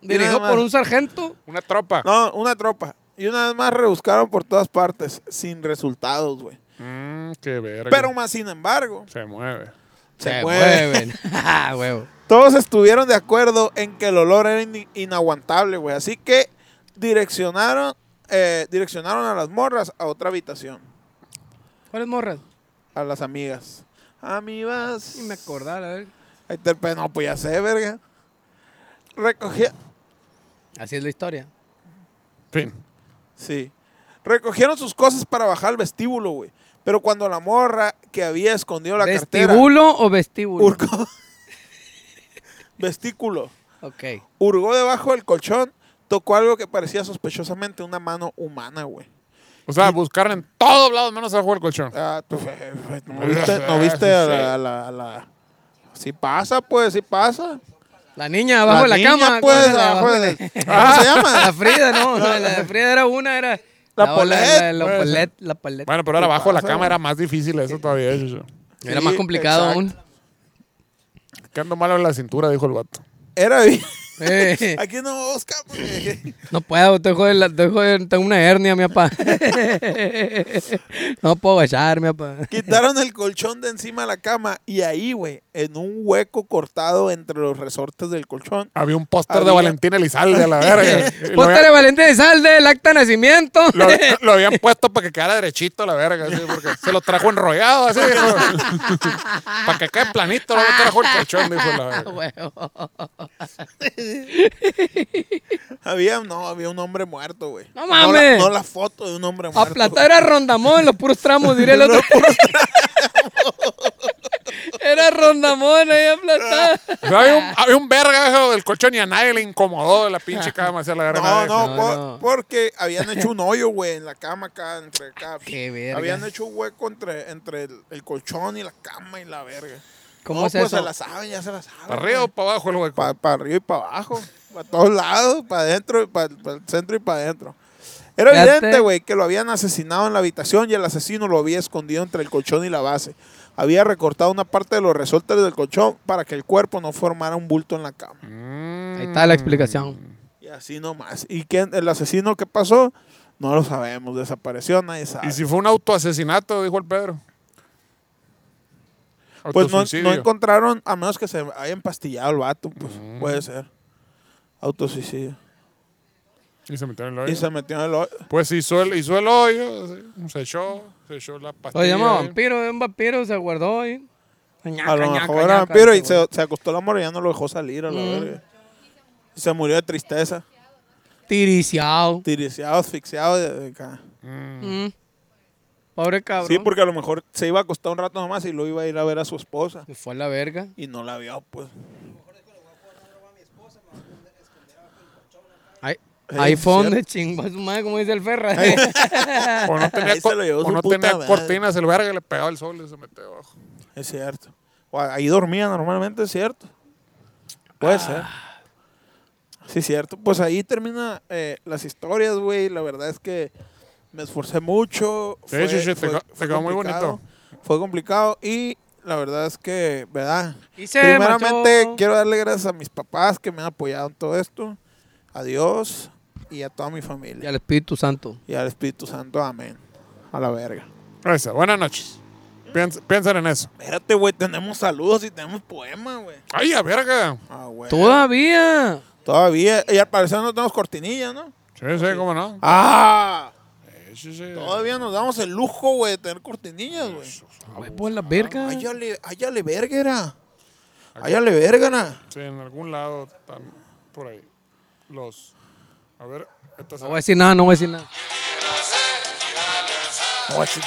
Mira Dirigido nomás. por un sargento. Una tropa. No, una tropa. Y una vez más rebuscaron por todas partes, sin resultados, güey. Mmm, qué verga. Pero más sin embargo, Se mueve. se, mueve. ah, huevo. Todos estuvieron de acuerdo en que el olor era in- inaguantable, güey. Así que direccionaron, eh, direccionaron a las morras a otra habitación, ¿Cuáles morras? a las amigas. Amigas. Ni me acordaba, la verga. Ahí está el pe- No, pues ya sé, verga. Recogía. Así es la historia. Fin. Sí. Recogieron sus cosas para bajar al vestíbulo, güey. Pero cuando la morra que había escondido la cartera. ¿Vestibulo o vestíbulo? Urgó, vestículo. Ok. Hurgó debajo del colchón, tocó algo que parecía sospechosamente una mano humana, güey. O sea, buscar en todos lados menos abajo del colchón. Ah, tú, eh, eh, ¿no viste, no viste a la, a la- a la- Sí pasa, pues, sí pasa. La niña abajo de la niña, cama. pues, ¿cuál es la abajo abajo de- del- ¿Cómo se La llama? Frida, no. La, la Frida era una, era. La La, Paulette, la pues. Paulette, la Paulette. Bueno, pero ahora abajo de la pasa, cama güey? era más difícil eso todavía, chiche. era más Sí, complicado exacto. aún. Que ando malo en la cintura, dijo el vato. Era bien- Eh, Aquí no, Oscar, porque- No puedo, tengo, la- tengo, tengo una hernia, mi papá. no puedo bailar, mi papá. Quitaron el colchón de encima de la cama y ahí, güey, en un hueco cortado entre los resortes del colchón, Había un póster de Había- Valentín Elizalde a la verga. Y lo, Póntale había- valiente de sal del acta de nacimiento. lo- lo habían puesto para que quedara derechito a la verga, así, porque se lo trajo enrollado, así. para que quede planito, luego trajo el colchón, dijo la verga. Ah, Huevo. había, no, había un hombre muerto, güey. ¡No la- mames! No la, foto de un hombre muerto. Aplata era Rondamón, los puros tramos, diría el otro. era Rondamón ahí aplastada. O sea, había, un, había un verga debajo del colchón y a nadie le incomodó de la pinche cama, así a la verga. No, nadie. no, No, por- no. porque habían hecho un hoyo, güey, en la cama acá, entre acá. Qué verga. Habían hecho un hueco entre, entre el, el colchón y la cama y la verga. ¿Cómo No, es pues eso? se la saben, ya se la saben. ¿Para arriba o para abajo el hueco? Para arriba y para abajo. Para todos lados, para adentro, y para el centro y para adentro. Era Fíjate. evidente, güey, que lo habían asesinado en la habitación y el asesino lo había escondido entre el colchón y la base. Había recortado una parte de los resortes del colchón para que el cuerpo no formara un bulto en la cama. Ahí está la explicación. Y así nomás. ¿Y quién, el asesino qué pasó? No lo sabemos, desapareció, nadie sabe. Y si fue un autoasesinato, dijo el Pedro. pues no, Autosuicidio. no encontraron, a menos que se haya empastillado el vato, pues Mm. puede ser. Autosuicidio. Y se metió en el hoyo. Y se metió en el hoyo. Pues hizo el, hizo el hoyo, así, se echó, se echó la pastilla. Lo llama vampiro, es un vampiro, se guardó ahí. A lo mejor era vampiro y se, se acostó la morra y ya no lo dejó salir a la verga. Y se murió de tristeza, Tiriciado. tiriciado, asfixiado. de- de acá. Mm. Pobre cabrón. Sí, porque a lo mejor se iba a acostar un rato nomás y lo iba a ir a ver a su esposa. Se fue a la verga. Y no la vio, pues. Ay, iPhone de chingo, su madre, como dice el Ferra. O no tenía, Ahí se co- lo llevó o su no puta tenía madre. cortinas, el verga le pegaba el sol y se metió abajo. Es cierto. O ahí dormía normalmente, es cierto. Puede Ah. ser. Sí, cierto. Pues ahí termina eh, las historias, güey. La verdad es que me esforcé mucho. Sí, sí, sí, te quedó- te quedó muy complicado. bonito. Fue complicado y la verdad es que, ¿verdad? Y se Primeramente marchó. quiero darle gracias a mis papás que me han apoyado en todo esto. A Dios y a toda mi Y familia. al Espíritu Santo. Y al Espíritu Santo, amén. A la verga. Esa, buenas noches. Piens- piensen en eso. Espérate, güey, tenemos saludos y tenemos poemas, güey. ¡Ay, a verga! Ah, güey. Todavía. Todavía, y al parecer no tenemos cortinilla, ¿no? Sí, sí, cómo no. ¡Ah! Sí, sí, sí. Todavía nos damos el lujo, güey, de tener cortinillas, güey. Güey, por la verga. Ayale, ayale verguera. Ayale vergara. Sí, en algún lado están por ahí. Los. A ver, esta No voy a decir nada, no voy a decir nada. No, ese-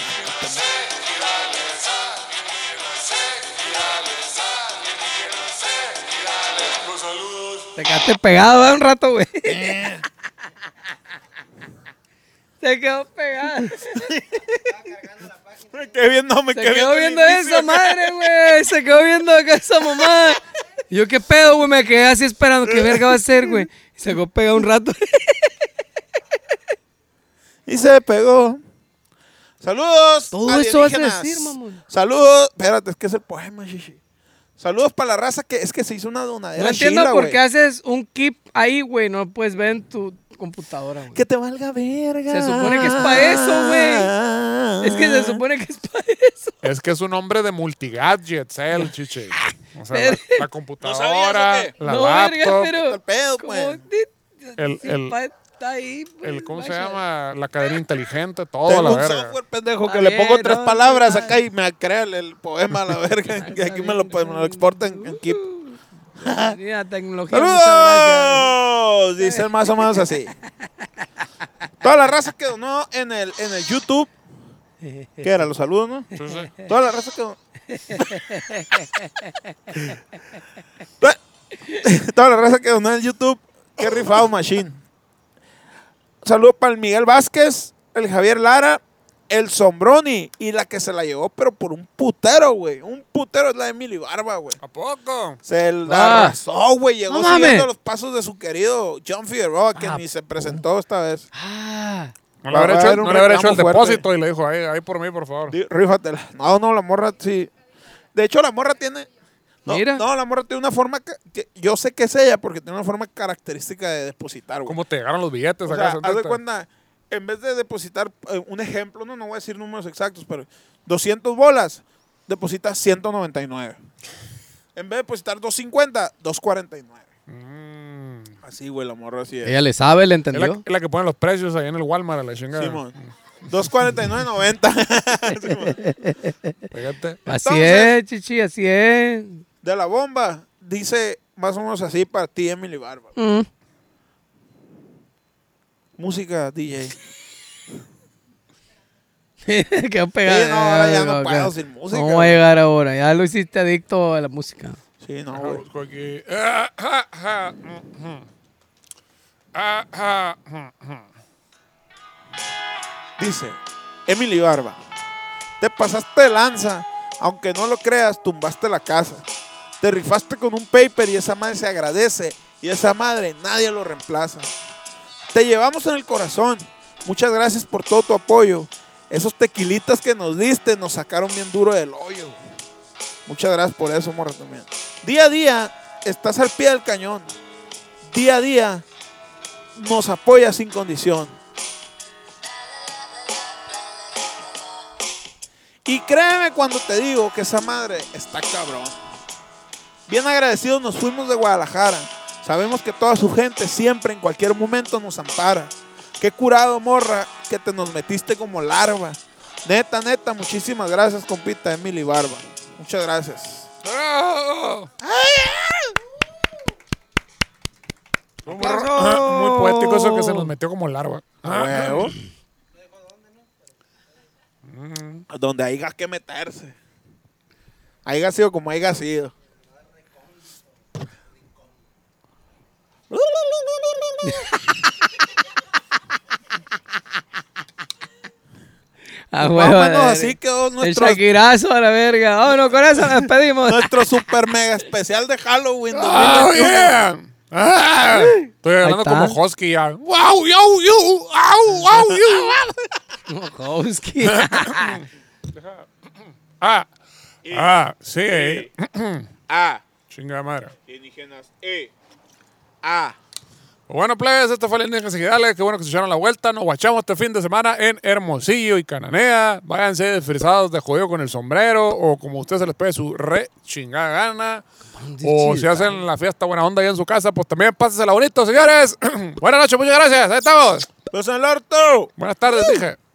Te quedaste pegado ¿verdad? un rato, güey. Te quedó pegado. Me quedé viendo, me Se quedé quedó viendo el inicio. esa madre, güey. Se quedó viendo acá esa mamá. Y Yo qué pedo, güey. Me quedé así esperando. ¿Qué verga va a ser, güey? Y se quedó pegado un rato. Y se pegó. Saludos. Todo eso vas a alienígenas. decir, mamón. Saludos. Espérate, es que es el poema, shishi. Saludos para la raza que es que se hizo una donadera. No entiendo chila, por güey. qué haces un keep ahí, güey. No puedes ver en tu computadora, güey. Que te valga verga. Se supone que es pa' eso, güey. Es que se supone que es para eso. Es que es un hombre de multigadgets, eh, el chiche. Ah, O sea, la, la computadora, sabías o qué? la no, verga, laptop, pero. Al pedo, ¿cómo pues. te- El- si el- pa- está ahí, pues, el, ¿cómo se vaya. llama? La cadena inteligente, todo a Tengo la un verga. software pendejo que Está le pongo bien, tres no, palabras está acá y me crea el, el poema a la verga. que Está aquí me lo, bien, pues, me lo exportan en Keep. Mira, Uh. tecnología. muchas gracias. ¡Saludos! Dicen más o menos así. Toda la raza que donó en el, en el YouTube. ¿Qué era? Los saludos, ¿no? Sí, sí. Toda la raza que donó. Toda- Toda la raza que donó en el YouTube. Qué rifado machine. Saludos para el Miguel Vázquez, el Javier Lara, el Sombroni y la que se la llevó, pero por un putero, güey. Un putero es la de Emily Barba, güey. ¿A poco? Se la Ah. arrasó, güey. Llegó No siguiendo mames. los pasos de su querido John Figueroa, que Ah, ni se presentó esta vez. Ah, No le Va a habrá hecho, haber un no le habrá hecho el reclamo fuerte. depósito y le dijo, ahí, ahí por mí, por favor. Di- Rífatela. No, no, la morra sí. De hecho, la morra tiene. No, Mira. no, la morra tiene una forma. que- que- yo sé que es ella porque tiene una forma característica de depositar, güey. ¿Cómo te llegaron los billetes O acá? sea, haz de sentaste? cuenta, en vez de depositar eh, un ejemplo, no, no voy a decir números exactos, pero 200 bolas, deposita 199. En vez de depositar 250, 249. Mm. Así, güey, la morra así es. ella le sabe, le Es la, entendió. es la que pone los precios ahí en el Walmart a la chingada. Simón. 249.90. Simón. Fíjate. Así Entonces- es, chichi, así es. De la bomba, dice más o menos así para ti, Emily Barba. Mm. Música, DJ. Sí, Quedó no, pegado. ahora ya no Ok. puedo sin música. ¿Cómo va a llegar ahora? Ya lo hiciste adicto a la música. Sí, no, Deja, güey. busco aquí. Ah, ah, ah, mm, mm. Ah, ah, mm, mm. Dice, Emily Barba, te pasaste de lanza, aunque no lo creas, tumbaste la casa. Te rifaste con un paper y esa madre se agradece y esa madre nadie lo reemplaza. Te llevamos en el corazón. Muchas gracias por todo tu apoyo. Esos tequilitas que nos diste nos sacaron bien duro del hoyo. güey. Muchas gracias por eso, morra también. Día a día estás al pie del cañón. Día a día nos apoyas sin condición. Y créeme cuando te digo que esa madre está cabrón. Bien agradecidos nos fuimos de Guadalajara. Sabemos que toda su gente siempre en cualquier momento nos ampara. Qué curado, morra, que te nos metiste como larva. Neta, neta, muchísimas gracias, compita Emily Barba. Muchas gracias. ¡Bravo! Muy, ¡Aplausos! ah, muy poético eso que se nos metió como larva. A huevo. Donde haya que meterse. Haya sido como haya sido. A Más o Ah, huevo, a la menos verga. así quedó El nuestro, Shakirazo a la verga. Vámonos, con eso nos despedimos. nuestro super mega especial de Halloween. ¡Oh, 2021. yeah! Ah, Estoy hablando está. como Hosky ya. ¡Wow, yo, yo! ¡Au, au, yo! Mojowski. Ah, ah, sí, eh. Ah. A. Chingada madre. Indígenas. E. A. Bueno, plebes, esto fue Alienígenas Ejidales. Qué bueno que se echaron la vuelta. Nos guachamos este fin de semana en Hermosillo y Cananea. Váyanse disfrazados de jodido con el sombrero o como a usted se les pegue su re chingada gana. O si hacen la fiesta buena onda ahí en su casa, pues también Pues, pásensela bonito, señores. Buenas noches, muchas gracias. Ahí estamos. Los en el orto. Buenas tardes, dije.